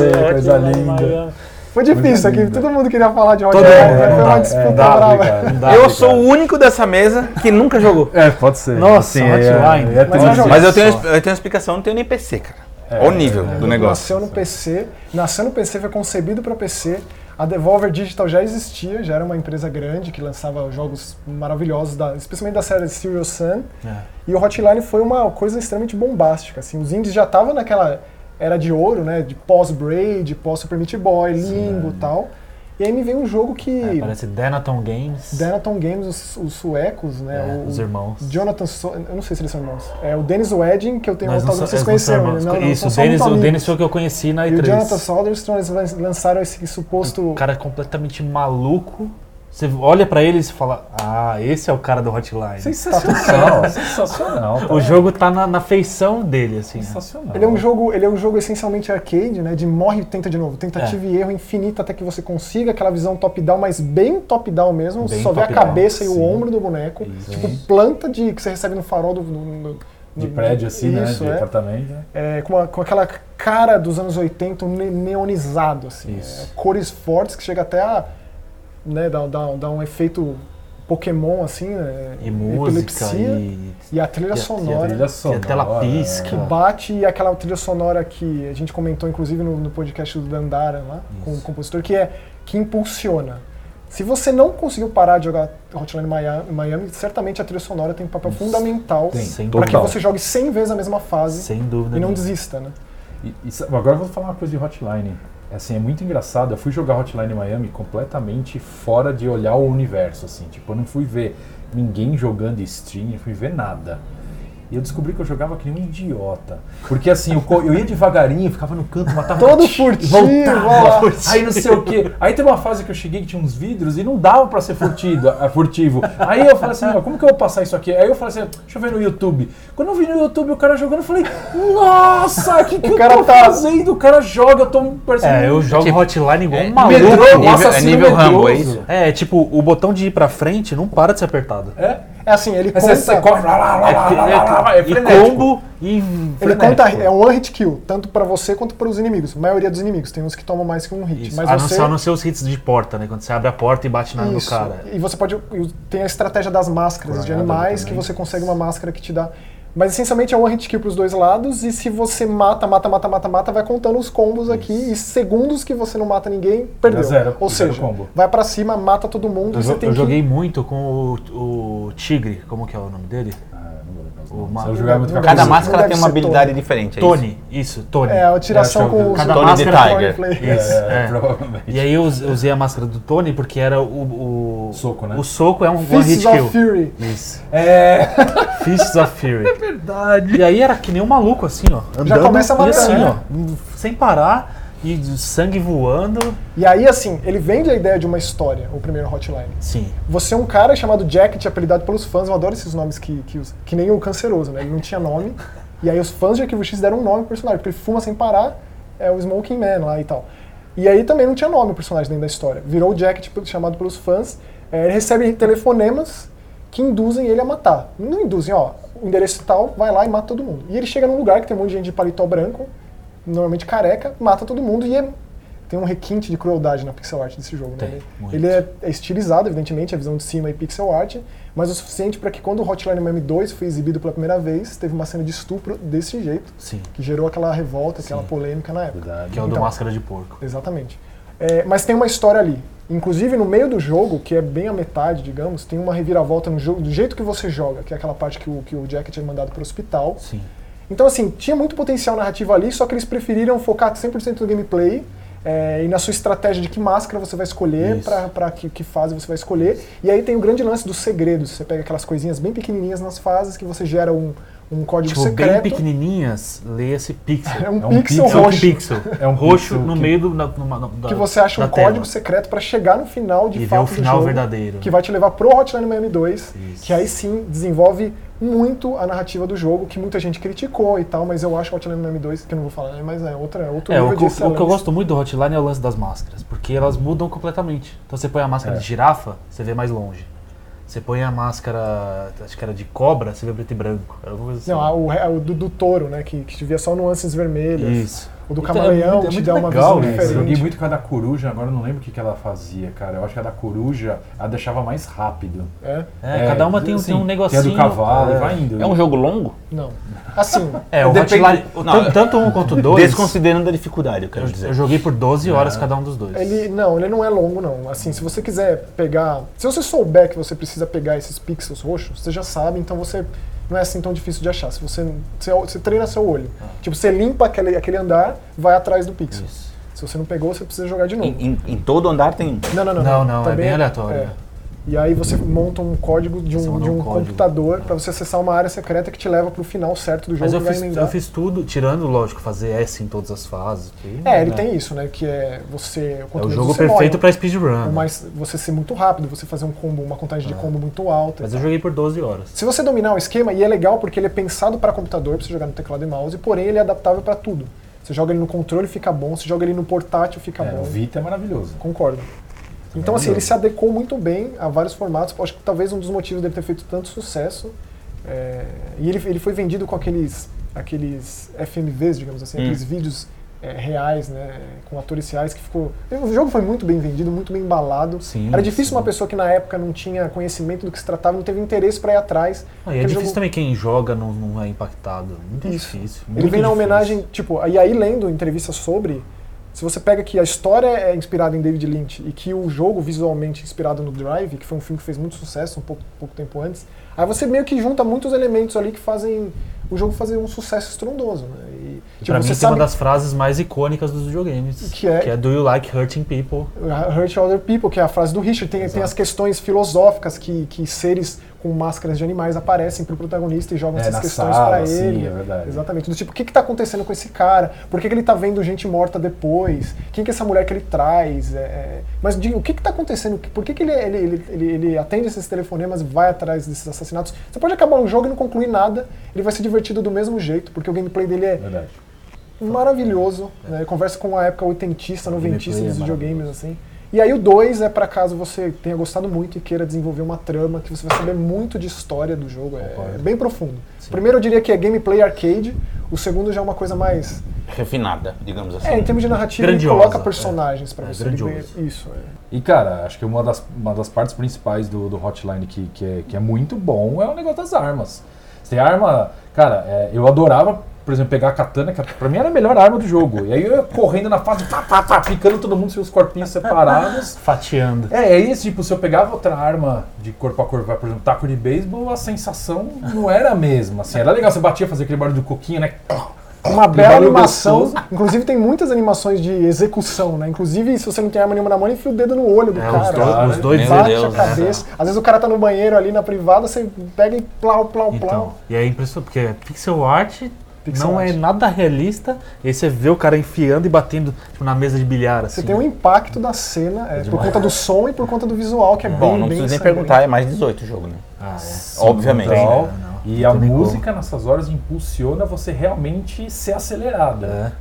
[SPEAKER 4] Aê, coisa
[SPEAKER 1] Ótimo,
[SPEAKER 4] linda.
[SPEAKER 1] Mariano.
[SPEAKER 2] Foi difícil
[SPEAKER 4] Coisa
[SPEAKER 2] aqui,
[SPEAKER 4] linda.
[SPEAKER 2] todo mundo queria falar de
[SPEAKER 1] Todo
[SPEAKER 2] Hotline
[SPEAKER 1] mundo,
[SPEAKER 2] Miami, foi
[SPEAKER 1] não
[SPEAKER 2] uma
[SPEAKER 1] dá,
[SPEAKER 2] disputa
[SPEAKER 4] é, dá,
[SPEAKER 2] brava.
[SPEAKER 4] obrigado, não dá,
[SPEAKER 3] eu
[SPEAKER 4] obrigado.
[SPEAKER 3] sou o único dessa mesa que nunca jogou.
[SPEAKER 4] É, pode ser.
[SPEAKER 1] um- Nossa, Hotline.
[SPEAKER 4] É, é
[SPEAKER 1] Mas
[SPEAKER 2] eu
[SPEAKER 4] mas,
[SPEAKER 2] joguei.
[SPEAKER 3] Mas eu tenho, eu tenho explicação, não tenho nem PC, cara. Olha o nível
[SPEAKER 2] é,
[SPEAKER 3] do negócio.
[SPEAKER 2] Nasceu no PC, nasceu no PC, foi concebido para PC. A Devolver Digital já existia, já era uma empresa grande que lançava jogos maravilhosos, da, especialmente da série Serious Sun.
[SPEAKER 1] É.
[SPEAKER 2] E o Hotline foi uma coisa extremamente bombástica. Assim, os indies já estavam naquela era de ouro, né? De pós-Braid, pós-Super Meat Boy, Limbo e tal. E aí me veio um jogo
[SPEAKER 1] É,
[SPEAKER 2] que...
[SPEAKER 1] parece Denaton Games,
[SPEAKER 2] Danaton Games, os, os suecos, né?
[SPEAKER 1] é,
[SPEAKER 2] o-
[SPEAKER 1] os irmãos.
[SPEAKER 2] Jonathan, So- eu não sei se eles são irmãos. É o Dennis Wedding, que eu tenho
[SPEAKER 1] Nós não
[SPEAKER 2] vontade de
[SPEAKER 1] so-
[SPEAKER 2] vocês
[SPEAKER 1] eles não são
[SPEAKER 2] conheceram.
[SPEAKER 1] irmãos.
[SPEAKER 2] né? Não, não,
[SPEAKER 1] Isso,
[SPEAKER 2] são
[SPEAKER 1] o
[SPEAKER 2] só
[SPEAKER 1] Denis,
[SPEAKER 2] muito
[SPEAKER 1] o
[SPEAKER 2] amigos.
[SPEAKER 1] Denis foi o que eu conheci na
[SPEAKER 2] E o Jonathan
[SPEAKER 1] E3.
[SPEAKER 2] Soderstrom, eles lan- lançaram esse
[SPEAKER 1] O
[SPEAKER 2] suposto...
[SPEAKER 1] cara é completamente maluco. Você olha pra ele e você fala: Ah, esse é o cara do Hotline.
[SPEAKER 4] Sensacional, sensacional. tá?
[SPEAKER 1] O jogo tá na, na feição dele, assim. né?
[SPEAKER 4] sensacional.
[SPEAKER 2] Ele é um jogo, ele é um jogo essencialmente arcade, né? De morre e tenta de novo,
[SPEAKER 4] É.
[SPEAKER 2] tentativa e erro infinita até que você consiga aquela visão top down, mas bem top down mesmo,
[SPEAKER 1] Bem
[SPEAKER 2] só vê a
[SPEAKER 1] top-down,
[SPEAKER 2] cabeça e o
[SPEAKER 4] sim.
[SPEAKER 2] ombro do boneco,
[SPEAKER 4] Isso.
[SPEAKER 2] tipo planta de que você recebe no farol do, do- do-
[SPEAKER 4] De
[SPEAKER 2] do-
[SPEAKER 4] prédio assim,
[SPEAKER 2] Isso,
[SPEAKER 4] né?
[SPEAKER 2] é.
[SPEAKER 4] De apartamento. né?
[SPEAKER 2] É, com, a- com aquela cara dos anos 80 ne- neonizado, assim.
[SPEAKER 1] Isso.
[SPEAKER 2] É, cores fortes que chega até a né, dar, dar- dar um efeito Pokémon, assim, né,
[SPEAKER 1] E música,
[SPEAKER 2] epilepsia,
[SPEAKER 1] e.
[SPEAKER 2] e a trilha
[SPEAKER 1] e a- e a
[SPEAKER 2] sonora.
[SPEAKER 4] Trilha
[SPEAKER 1] E a
[SPEAKER 4] sonora.
[SPEAKER 1] tela pisca.
[SPEAKER 2] que bate e aquela trilha sonora que a gente comentou inclusive no, no podcast do Dandara lá, com o
[SPEAKER 1] Isso.
[SPEAKER 2] compositor, que é que impulsiona. Se você não conseguiu parar de jogar Hotline Mia- Miami, certamente a trilha sonora tem um papel fundamental
[SPEAKER 1] Tem, sem
[SPEAKER 2] para que
[SPEAKER 1] total.
[SPEAKER 2] você jogue 100 vezes a mesma fase
[SPEAKER 1] Sem dúvida.
[SPEAKER 2] e não
[SPEAKER 1] nenhuma.
[SPEAKER 2] desista, né?
[SPEAKER 4] E- e sabe, agora eu vou falar uma coisa de Hotline. Assim, é muito engraçado. Eu fui jogar Hotline Miami completamente fora de olhar o universo, assim. Tipo, eu não fui ver ninguém jogando stream, eu fui ver nada. E eu descobri que eu jogava que nem um idiota. Porque assim, eu, co- eu ia devagarinho, ficava no canto, matava
[SPEAKER 2] Todo
[SPEAKER 4] furtivo,
[SPEAKER 2] furtivo, ó.
[SPEAKER 4] aí não sei o quê. Aí tem uma fase que eu cheguei que tinha uns vidros e não dava pra ser furtido, ah, furtivo. Aí eu falei assim, "Meu, como que eu vou passar isso aqui? Aí eu falei assim, deixa eu ver no YouTube. Quando eu vi no YouTube o cara jogando, eu falei, nossa, o que, que
[SPEAKER 2] O
[SPEAKER 4] eu
[SPEAKER 2] cara
[SPEAKER 4] tô
[SPEAKER 2] tá-
[SPEAKER 4] fazendo? O cara joga, eu tô percebendo.
[SPEAKER 1] É, eu jogo
[SPEAKER 3] Tipo,
[SPEAKER 1] Hotline igual um
[SPEAKER 3] é
[SPEAKER 1] maluco.
[SPEAKER 4] metrô,
[SPEAKER 3] nível,
[SPEAKER 4] um assassino
[SPEAKER 3] é nível Rambo, é
[SPEAKER 4] medroso.
[SPEAKER 3] isso?
[SPEAKER 1] É, tipo, o botão de ir pra frente não para de ser apertado.
[SPEAKER 4] É,
[SPEAKER 2] É assim, ele
[SPEAKER 4] aí
[SPEAKER 2] conta,
[SPEAKER 4] você, você corre, lá, lá, lá, lá, lá, lá, lá, é
[SPEAKER 1] e
[SPEAKER 4] frenético.
[SPEAKER 1] combo e.
[SPEAKER 2] ele
[SPEAKER 1] frenético.
[SPEAKER 2] conta, é um one hit kill, tanto para você quanto para os inimigos. A maioria dos inimigos tem uns que tomam mais que um hit,
[SPEAKER 1] Isso.
[SPEAKER 2] mas
[SPEAKER 1] a, não
[SPEAKER 2] você
[SPEAKER 1] ser, a não ser os hits de porta, né? Quando você abre a porta e bate na, no
[SPEAKER 2] Isso.
[SPEAKER 1] cara.
[SPEAKER 2] E você pode. Tem a estratégia das máscaras de
[SPEAKER 4] Coronhada
[SPEAKER 2] animais, que
[SPEAKER 4] também.
[SPEAKER 2] você consegue uma máscara que te dá. Mas essencialmente é um hit kill pros dois lados, e se você mata, mata, mata, mata, mata, vai contando os combos aqui, e segundos que você não mata ninguém, perdeu.
[SPEAKER 4] zero,
[SPEAKER 2] Ou
[SPEAKER 4] zero
[SPEAKER 2] seja,
[SPEAKER 4] combo.
[SPEAKER 2] vai pra cima, mata todo mundo,
[SPEAKER 1] Eu,
[SPEAKER 2] e você
[SPEAKER 1] jo-
[SPEAKER 2] tem
[SPEAKER 1] eu
[SPEAKER 2] que.
[SPEAKER 1] joguei muito com o, o Tigre, como que é o nome dele?
[SPEAKER 4] Ah, não vou lembrar os
[SPEAKER 1] O
[SPEAKER 4] nomes.
[SPEAKER 1] ma-
[SPEAKER 4] Eu
[SPEAKER 2] é
[SPEAKER 4] jogava muito com a
[SPEAKER 3] Cada
[SPEAKER 4] coisa.
[SPEAKER 2] Não deve
[SPEAKER 3] máscara tem uma
[SPEAKER 2] ser
[SPEAKER 3] habilidade
[SPEAKER 2] Tony.
[SPEAKER 3] diferente, é isso?
[SPEAKER 1] Tony, isso, Tony.
[SPEAKER 2] É, a tiração
[SPEAKER 4] Eu acho que
[SPEAKER 2] com
[SPEAKER 4] eu-
[SPEAKER 2] os
[SPEAKER 1] Cada
[SPEAKER 3] Tony
[SPEAKER 1] máscara
[SPEAKER 3] the
[SPEAKER 1] é
[SPEAKER 3] Tiger.
[SPEAKER 2] play.
[SPEAKER 4] É,
[SPEAKER 1] Isso, é.
[SPEAKER 4] provavelmente.
[SPEAKER 1] E aí eu us- eu usei a máscara do Tony porque era o. o
[SPEAKER 4] Soco, né?
[SPEAKER 1] O soco é um one hit
[SPEAKER 2] Fists of
[SPEAKER 1] kill.
[SPEAKER 2] Fury.
[SPEAKER 1] Isso.
[SPEAKER 4] É,
[SPEAKER 1] Fists of Fury. É verdade. E aí era que nem um maluco, assim, ó. Andando,
[SPEAKER 2] começa
[SPEAKER 1] e
[SPEAKER 2] matando,
[SPEAKER 1] assim,
[SPEAKER 2] né?
[SPEAKER 1] ó. Sem parar. E sangue voando.
[SPEAKER 2] E aí, assim, ele vende a ideia de uma história, o primeiro hotline.
[SPEAKER 1] Sim.
[SPEAKER 2] Você é um cara chamado Jacket, apelidado pelos fãs, eu adoro esses nomes que, que, usa- que nem o canceroso, né? Ele não tinha nome. E aí os fãs de Arquivo X deram um nome pro personagem, porque ele fuma sem parar, é o Smoking Man lá e tal. E aí também não tinha nome o personagem dentro da história. Virou o Jacket, tipo, chamado pelos fãs. É, ele recebe telefonemas que induzem ele a matar. Não induzem, ó, o endereço tal, vai lá e mata todo mundo. E ele chega num lugar que tem um monte de gente de paletó branco, normalmente careca, mata todo mundo e é- tem um requinte de crueldade na pixel art desse jogo.
[SPEAKER 1] Tem,
[SPEAKER 2] né?
[SPEAKER 1] muito.
[SPEAKER 2] Ele, ele é, é estilizado, evidentemente, a visão de cima e pixel art, mas o suficiente para que quando o Hotline Miami 2 foi exibido pela primeira vez, teve uma cena de estupro desse jeito,
[SPEAKER 1] Sim.
[SPEAKER 2] que gerou aquela revolta, aquela
[SPEAKER 1] Sim.
[SPEAKER 2] polêmica na época.
[SPEAKER 4] Verdade.
[SPEAKER 1] Que é o do
[SPEAKER 2] Então.
[SPEAKER 1] Máscara de Porco.
[SPEAKER 2] Exatamente. É, mas tem uma história ali. Inclusive, no meio do jogo, que é bem a metade, digamos, tem uma reviravolta no jogo, do jeito que você joga, que é aquela parte que o, que o Jacket é mandado para o hospital.
[SPEAKER 1] Sim.
[SPEAKER 2] Então, assim, tinha muito potencial narrativo ali, só que eles preferiram focar 100% no gameplay é, e na sua estratégia de que máscara você vai escolher,
[SPEAKER 1] Isso.
[SPEAKER 2] pra, pra que, que fase você vai escolher. E aí tem o grande lance dos segredos. Você pega aquelas coisinhas bem pequenininhas nas fases que você gera um, um código
[SPEAKER 1] Tipo, bem
[SPEAKER 2] secreto.
[SPEAKER 1] pequenininhas, leia-se pixel.
[SPEAKER 2] é um
[SPEAKER 4] É um
[SPEAKER 2] pixel
[SPEAKER 1] É um
[SPEAKER 2] roxo.
[SPEAKER 1] pixel.
[SPEAKER 4] É um
[SPEAKER 1] roxo
[SPEAKER 4] pixel
[SPEAKER 1] no
[SPEAKER 4] que-
[SPEAKER 1] meio do, na, numa- na- da,
[SPEAKER 2] que você acha
[SPEAKER 1] da
[SPEAKER 2] um
[SPEAKER 1] tela.
[SPEAKER 2] código secreto para chegar no final de
[SPEAKER 1] E ver
[SPEAKER 2] fato
[SPEAKER 1] o final
[SPEAKER 2] do jogo,
[SPEAKER 1] verdadeiro.
[SPEAKER 2] que vai te levar pro Hotline Miami 2,
[SPEAKER 1] Isso.
[SPEAKER 2] que aí sim desenvolve muito a narrativa do jogo, que muita gente criticou e tal, mas eu acho Hotline Miami 2, que eu não vou falar, né, mas é outra outro
[SPEAKER 1] É,
[SPEAKER 2] nível
[SPEAKER 1] o que, eu- o
[SPEAKER 2] de
[SPEAKER 1] que eu
[SPEAKER 2] excelência.
[SPEAKER 1] gosto muito do Hotline é o lance das máscaras, porque elas mudam completamente. Então você põe a máscara
[SPEAKER 4] É.
[SPEAKER 1] de girafa, você vê mais longe. Você põe a máscara, acho que era de cobra, você vê preto e branco. Era alguma coisa assim.
[SPEAKER 2] Não, a- o, a- o do, do touro, né, que, que te via só nuances vermelhas.
[SPEAKER 1] Isso.
[SPEAKER 2] O do
[SPEAKER 1] Então,
[SPEAKER 2] camaleão
[SPEAKER 1] é muito- é
[SPEAKER 2] te
[SPEAKER 1] muito
[SPEAKER 2] dá uma
[SPEAKER 1] legal
[SPEAKER 2] visão
[SPEAKER 1] isso.
[SPEAKER 4] Eu joguei
[SPEAKER 2] diferente.
[SPEAKER 4] muito com a da coruja, agora eu não lembro o que, que ela fazia, cara. Eu acho que a da coruja ela deixava mais rápido.
[SPEAKER 2] É,
[SPEAKER 1] É, cada uma tem, um- tem um negocinho.
[SPEAKER 4] Que é do cavalo,
[SPEAKER 1] é.
[SPEAKER 4] e vai indo.
[SPEAKER 3] É um jogo longo?
[SPEAKER 2] não. Assim,
[SPEAKER 1] É, o
[SPEAKER 3] Depende-
[SPEAKER 1] Hotline, o
[SPEAKER 3] Não,
[SPEAKER 1] tan-
[SPEAKER 4] é.
[SPEAKER 1] tanto um quanto dois,
[SPEAKER 3] Desconsiderando a dificuldade, eu quero
[SPEAKER 1] eu,
[SPEAKER 3] dizer.
[SPEAKER 1] eu joguei por
[SPEAKER 4] É.
[SPEAKER 1] 12 horas cada um dos dois.
[SPEAKER 2] Ele não, ele não é longo não. Assim, se você quiser pegar, se você souber que você precisa pegar esses pixels roxos, você já sabe, então você não é assim tão difícil de achar. Se você você, você treina seu olho. Tipo, você limpa aquele, aquele andar, vai atrás do pixel.
[SPEAKER 1] Ah. Isso.
[SPEAKER 2] Se você não pegou, você precisa jogar de novo.
[SPEAKER 3] Em, em- em todo andar tem um.
[SPEAKER 2] Não, não, não.
[SPEAKER 1] Não, não, é
[SPEAKER 2] Também
[SPEAKER 1] bem aleatório,
[SPEAKER 2] é.
[SPEAKER 1] né?
[SPEAKER 2] E aí você monta um código de
[SPEAKER 1] Você
[SPEAKER 2] um,
[SPEAKER 1] manda
[SPEAKER 2] de
[SPEAKER 1] um
[SPEAKER 2] um
[SPEAKER 1] código.
[SPEAKER 2] computador pra você acessar uma área secreta que te leva pro final certo do jogo
[SPEAKER 1] Mas eu
[SPEAKER 2] que vai
[SPEAKER 1] fiz,
[SPEAKER 2] emendar.
[SPEAKER 1] eu fiz tudo, tirando, lógico, fazer S em todas as fases. porque,
[SPEAKER 2] É, ele
[SPEAKER 1] né,
[SPEAKER 2] tem isso, né? Que é você.
[SPEAKER 1] É
[SPEAKER 2] quanto
[SPEAKER 1] o
[SPEAKER 2] menos
[SPEAKER 1] jogo
[SPEAKER 2] você morre,
[SPEAKER 1] perfeito pra speedrun. né?
[SPEAKER 2] Mas você ser muito rápido, você fazer um combo, uma contagem de combo muito alta.
[SPEAKER 1] Mas eu joguei por 12 horas.
[SPEAKER 2] Se você dominar o esquema, e é legal porque ele é pensado para computador, para você jogar no teclado e mouse, porém ele é adaptável para tudo. Você joga ele no controle, fica bom. Você joga ele no portátil, fica
[SPEAKER 4] É,
[SPEAKER 2] bom.
[SPEAKER 4] o Vita é maravilhoso.
[SPEAKER 2] Concordo. Então, assim,
[SPEAKER 4] maravilhoso.
[SPEAKER 2] ele se adequou muito bem a vários formatos. Acho que talvez um dos motivos dele ter feito tanto sucesso. é, e ele, ele foi vendido com aqueles, aqueles FMVs, digamos assim,
[SPEAKER 3] Hum.
[SPEAKER 2] aqueles vídeos é, reais, né? Com atores reais que ficou. O jogo foi muito bem vendido, muito bem embalado.
[SPEAKER 1] Sim,
[SPEAKER 2] Era difícil
[SPEAKER 1] sim.
[SPEAKER 2] uma pessoa que na época não tinha conhecimento do que se tratava, não teve interesse para ir atrás.
[SPEAKER 1] Ah, e é
[SPEAKER 2] Aquele
[SPEAKER 1] difícil
[SPEAKER 2] jogo-
[SPEAKER 1] também quem joga não, não é impactado. Muito difícil. muito
[SPEAKER 2] Ele vem na
[SPEAKER 1] difícil.
[SPEAKER 2] homenagem, tipo, e aí lendo entrevistas sobre, se você pega que a história é inspirada em David Lynch e que o jogo visualmente é inspirado no Drive, que foi um filme que fez muito sucesso um pouco, pouco tempo antes, aí você meio que junta muitos elementos ali que fazem o jogo fazer um sucesso estrondoso, né? E,
[SPEAKER 1] E pra mim, tem uma das frases mais icônicas dos videogames.
[SPEAKER 2] Que é-
[SPEAKER 1] Do you like hurting people?
[SPEAKER 2] Hurt Other People, que é a frase do Richard, tem, tem as questões filosóficas que, que seres com máscaras de animais aparecem pro protagonista e jogam
[SPEAKER 4] É,
[SPEAKER 2] essas
[SPEAKER 4] na
[SPEAKER 2] questões
[SPEAKER 4] sala,
[SPEAKER 2] pra
[SPEAKER 4] assim,
[SPEAKER 2] ele.
[SPEAKER 4] é verdade.
[SPEAKER 2] Exatamente. Do tipo, o que, que tá acontecendo com esse cara? Por que, que ele tá vendo gente morta depois? Quem que é essa mulher que ele traz? É, é, Mas diga, o que, que tá acontecendo? Por que, que ele, ele, ele, ele, ele atende esses telefonemas e vai atrás desses assassinatos? Você pode acabar um jogo e não concluir nada, ele vai ser divertido do mesmo jeito, porque o gameplay dele é
[SPEAKER 4] Verdade.
[SPEAKER 2] maravilhoso.
[SPEAKER 1] É.
[SPEAKER 2] Né? Conversa com a época oitentista, noventista
[SPEAKER 4] Gameplay
[SPEAKER 2] dos
[SPEAKER 4] é
[SPEAKER 2] videogames, assim. E aí o 2 é pra caso você tenha gostado muito e queira desenvolver uma trama, que você vai saber muito de história do jogo. É,
[SPEAKER 4] Concordo.
[SPEAKER 2] é bem profundo. O Primeiro eu diria que é gameplay arcade, o segundo já é uma coisa mais.
[SPEAKER 3] Refinada, digamos assim.
[SPEAKER 2] É, em termos de narrativa,
[SPEAKER 1] Grandiosa,
[SPEAKER 2] ele coloca personagens pra
[SPEAKER 1] É,
[SPEAKER 2] você. ele
[SPEAKER 1] grandioso.
[SPEAKER 2] ganha- Isso, é.
[SPEAKER 4] E, cara, acho que uma das, uma das partes principais do, do Hotline que, que, é, que é muito bom é o negócio das armas. Você tem arma. Cara, é, eu adorava, por exemplo, pegar a katana, que pra mim era a melhor arma do jogo. E aí eu ia correndo na fase, pá, pá, pá, picando todo mundo, seus corpinhos separados.
[SPEAKER 1] Fatiando.
[SPEAKER 4] É, é isso, tipo, se eu pegava outra arma de corpo a corpo, por exemplo, taco de beisebol, a sensação não era a mesma, assim, era legal, você batia, fazia aquele barulho do coquinho, né,
[SPEAKER 2] Uma bela
[SPEAKER 4] barulho
[SPEAKER 2] animação.
[SPEAKER 4] gostoso.
[SPEAKER 2] Inclusive, tem muitas animações de execução, né? Inclusive, se você não tem arma nenhuma na mão, ele enfia o dedo no olho do
[SPEAKER 1] É,
[SPEAKER 2] cara.
[SPEAKER 1] os, dois, os dois
[SPEAKER 3] Meu
[SPEAKER 2] bate
[SPEAKER 3] Deus,
[SPEAKER 2] a
[SPEAKER 3] né?
[SPEAKER 2] cabeça. Às vezes o cara tá no banheiro ali na privada, você pega e plau, plau,
[SPEAKER 1] Então,
[SPEAKER 2] plau.
[SPEAKER 1] e é impressionante, porque é pixel art
[SPEAKER 2] Pixel
[SPEAKER 1] não é
[SPEAKER 2] art.
[SPEAKER 1] nada realista. E aí você vê o cara enfiando e batendo tipo, na mesa de bilhar. Assim.
[SPEAKER 2] Você tem um impacto da cena é, por
[SPEAKER 1] demais.
[SPEAKER 2] conta do som e por conta do visual, que é bem,
[SPEAKER 3] Bom, não
[SPEAKER 2] bem
[SPEAKER 3] preciso nem
[SPEAKER 2] sangrento.
[SPEAKER 3] perguntar, é mais 18 o jogo, né?
[SPEAKER 1] Ah, é.
[SPEAKER 3] Obviamente.
[SPEAKER 1] tem,
[SPEAKER 4] tal.
[SPEAKER 1] né? Não,
[SPEAKER 4] e
[SPEAKER 1] não
[SPEAKER 4] a
[SPEAKER 1] tem nem
[SPEAKER 4] música nessas horas impulsiona você realmente ser acelerada.
[SPEAKER 1] É.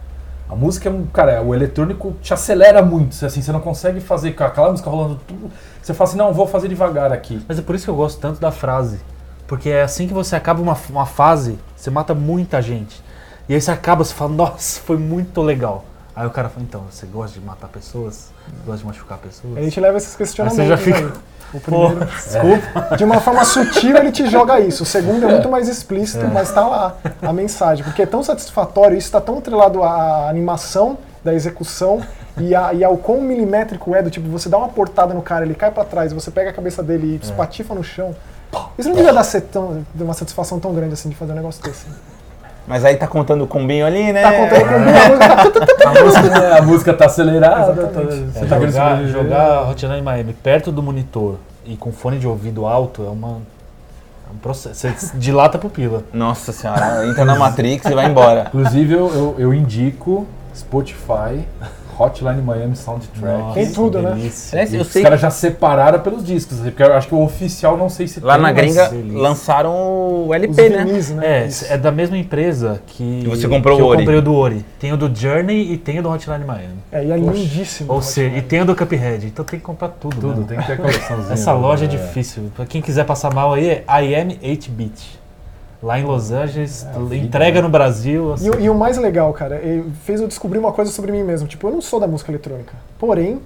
[SPEAKER 4] A música é um. Cara, o eletrônico te acelera muito. Você, assim, você não consegue fazer com aquela música rolando tudo. Você fala assim, não, vou fazer devagar aqui.
[SPEAKER 1] Mas é por isso que eu gosto tanto da frase. Porque é assim que você acaba uma, uma fase, você mata muita gente. E aí você acaba, você fala, nossa, foi muito legal. Aí o cara fala, então, você gosta de matar pessoas? Você gosta de machucar pessoas?
[SPEAKER 2] A gente leva esses
[SPEAKER 1] aí
[SPEAKER 2] questionamentos.
[SPEAKER 1] você já
[SPEAKER 2] aí.
[SPEAKER 1] fica.
[SPEAKER 2] O
[SPEAKER 1] Pô,
[SPEAKER 2] primeiro, É.
[SPEAKER 1] desculpa.
[SPEAKER 2] de uma forma sutil, ele te joga isso. O segundo é muito mais explícito, mas tá lá a mensagem. Porque é tão satisfatório, isso tá tão atrelado à animação da execução e, a, e ao quão milimétrico é, do tipo, você dá uma portada no cara, ele cai pra trás, você pega a cabeça
[SPEAKER 1] É.
[SPEAKER 2] dele e espatifa no chão. Isso não devia dar ser tão- dar uma satisfação tão grande assim de fazer um negócio desse.
[SPEAKER 3] Mas aí tá contando o cumbinho ali, né?
[SPEAKER 2] Tá contando com uma música.
[SPEAKER 4] A música, é, a música tá acelerada. tá-
[SPEAKER 2] Exatamente.
[SPEAKER 4] você tá querendo
[SPEAKER 1] É, Jogar,
[SPEAKER 4] sobreviver.
[SPEAKER 1] jogar Hotline Miami perto do monitor e com fone de ouvido alto é uma. É um processo. Você dilata a pupila.
[SPEAKER 3] Nossa senhora, entra na Matrix e vai embora.
[SPEAKER 4] Inclusive, eu, eu, eu indico Spotify, Hotline Miami Soundtrack.
[SPEAKER 1] Nossa,
[SPEAKER 2] Tem tudo, né?
[SPEAKER 1] delícia.
[SPEAKER 3] Aliás, eu
[SPEAKER 4] os
[SPEAKER 3] sei que
[SPEAKER 4] caras já separaram pelos discos, assim, porque eu acho que o oficial não sei se
[SPEAKER 3] lá
[SPEAKER 4] tem,
[SPEAKER 3] na
[SPEAKER 4] mas-
[SPEAKER 3] gringa
[SPEAKER 1] delícia.
[SPEAKER 3] lançaram o
[SPEAKER 2] Os
[SPEAKER 3] LP, né?
[SPEAKER 2] vinis, né?
[SPEAKER 1] É,
[SPEAKER 2] Isso.
[SPEAKER 1] é da mesma empresa que.
[SPEAKER 3] E você comprou
[SPEAKER 1] que
[SPEAKER 3] o Ori.
[SPEAKER 1] Eu comprei o do Ori. Tem o do Journey e tem o do Hotline Miami.
[SPEAKER 2] É, e é lindíssimo.
[SPEAKER 1] Ou seja, e tem o do Cuphead. Então tem que comprar tudo.
[SPEAKER 4] Tudo,
[SPEAKER 1] né?
[SPEAKER 4] tem que ter a coleçãozinha. né?
[SPEAKER 1] Essa loja é
[SPEAKER 4] de
[SPEAKER 1] difícil. Pra quem quiser passar mal aí, é I Am 8-Bit. Lá em Los Angeles,
[SPEAKER 4] vida,
[SPEAKER 1] entrega no Brasil.
[SPEAKER 2] E,
[SPEAKER 1] assim.
[SPEAKER 2] o- e o mais legal, cara, é, fez eu descobrir uma coisa sobre mim mesmo. Tipo, eu não sou da música eletrônica. Porém,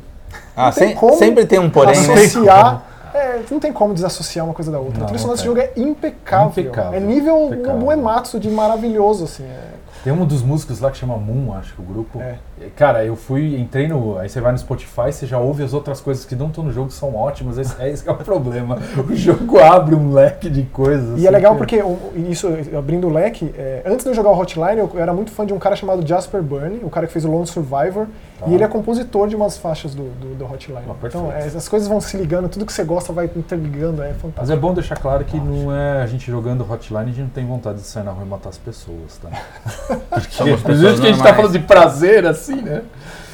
[SPEAKER 3] Ah,
[SPEAKER 2] tem
[SPEAKER 3] sem-
[SPEAKER 2] como
[SPEAKER 3] sempre tem um porém, né?
[SPEAKER 2] associar. É, não tem como desassociar uma coisa da outra.
[SPEAKER 4] Não,
[SPEAKER 2] a trilha sonora desse
[SPEAKER 4] cara.
[SPEAKER 2] jogo é impecável.
[SPEAKER 4] Impecável,
[SPEAKER 2] É nível
[SPEAKER 4] impecável.
[SPEAKER 2] Nobuematsu de maravilhoso, assim. é.
[SPEAKER 4] Tem um dos músicos lá que chama Moon, acho que o grupo.
[SPEAKER 2] É.
[SPEAKER 4] E, Cara, eu fui, entrei no. Aí você vai no Spotify, você já ouve as outras coisas que não estão no jogo, que são ótimas. Esse, é esse que é o problema. O jogo abre um leque de coisas.
[SPEAKER 2] E é
[SPEAKER 4] assim,
[SPEAKER 2] legal
[SPEAKER 4] que-
[SPEAKER 2] porque, o- isso, abrindo o leque, é, antes de eu jogar o Hotline, eu, eu era muito fã de um cara chamado Jasper Burney, o cara que fez o Lone Survivor,
[SPEAKER 4] Tá.
[SPEAKER 2] e ele é compositor de umas faixas do, do, do Hotline.
[SPEAKER 4] Ah,
[SPEAKER 2] então, é,
[SPEAKER 4] perfeito.
[SPEAKER 2] as coisas vão se ligando, tudo que você gosta vai interligando, é fantástico.
[SPEAKER 4] Mas é bom deixar claro que não é a gente jogando hotline, a gente não tem vontade de sair na rua e matar as pessoas, tá?
[SPEAKER 3] Somos
[SPEAKER 4] Por isso
[SPEAKER 3] pessoas
[SPEAKER 4] que a gente tá
[SPEAKER 3] normais.
[SPEAKER 4] falando de prazer, assim, né?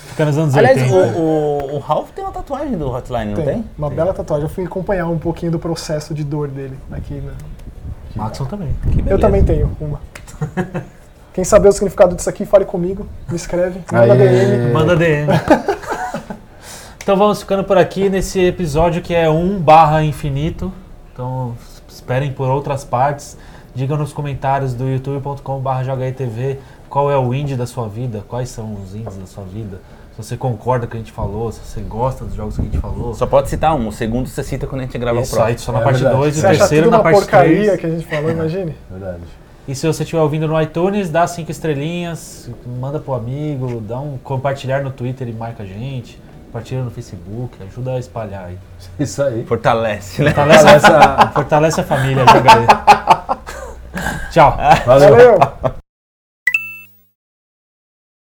[SPEAKER 1] Fica nos anos
[SPEAKER 3] Aliás,
[SPEAKER 1] 80.
[SPEAKER 3] o, o, o Ralph tem uma tatuagem do Hotline, não tem?
[SPEAKER 2] Uma bela tatuagem. Eu fui acompanhar um pouquinho do processo de dor dele aqui. Né?
[SPEAKER 1] Maxon também.
[SPEAKER 3] Que
[SPEAKER 2] Eu
[SPEAKER 3] beleza.
[SPEAKER 2] também tenho uma. Quem saber o significado disso aqui, fale comigo, me escreve, manda DM.
[SPEAKER 1] Manda DM. então vamos ficando por aqui nesse episódio que é 1 barra infinito. Então s- esperem por outras partes. Digam nos comentários do youtube.com barra JHETV qual é o indie da sua vida, quais são os indies da sua vida. Se você concorda com o que a gente falou, se você gosta dos jogos que a gente falou.
[SPEAKER 3] Só pode citar um, o segundo você cita quando a gente gravar o
[SPEAKER 2] um
[SPEAKER 1] Isso
[SPEAKER 3] próximo.
[SPEAKER 1] aí, só na
[SPEAKER 4] É
[SPEAKER 1] parte
[SPEAKER 4] verdade.
[SPEAKER 1] 2 e o
[SPEAKER 2] Você acha
[SPEAKER 1] terceiro
[SPEAKER 2] tudo
[SPEAKER 1] na
[SPEAKER 2] uma
[SPEAKER 1] parte
[SPEAKER 2] porcaria
[SPEAKER 1] 3.
[SPEAKER 2] que a gente falou, imagine.
[SPEAKER 4] Verdade.
[SPEAKER 1] E se você estiver ouvindo no iTunes, dá cinco estrelinhas, manda pro amigo, dá um compartilhar no Twitter e marca a gente, compartilha no Facebook, ajuda a espalhar aí.
[SPEAKER 4] Isso aí.
[SPEAKER 3] Fortalece, né?
[SPEAKER 1] Fortalece, a- fortalece a família, joga aí. Tchau.
[SPEAKER 2] Valeu!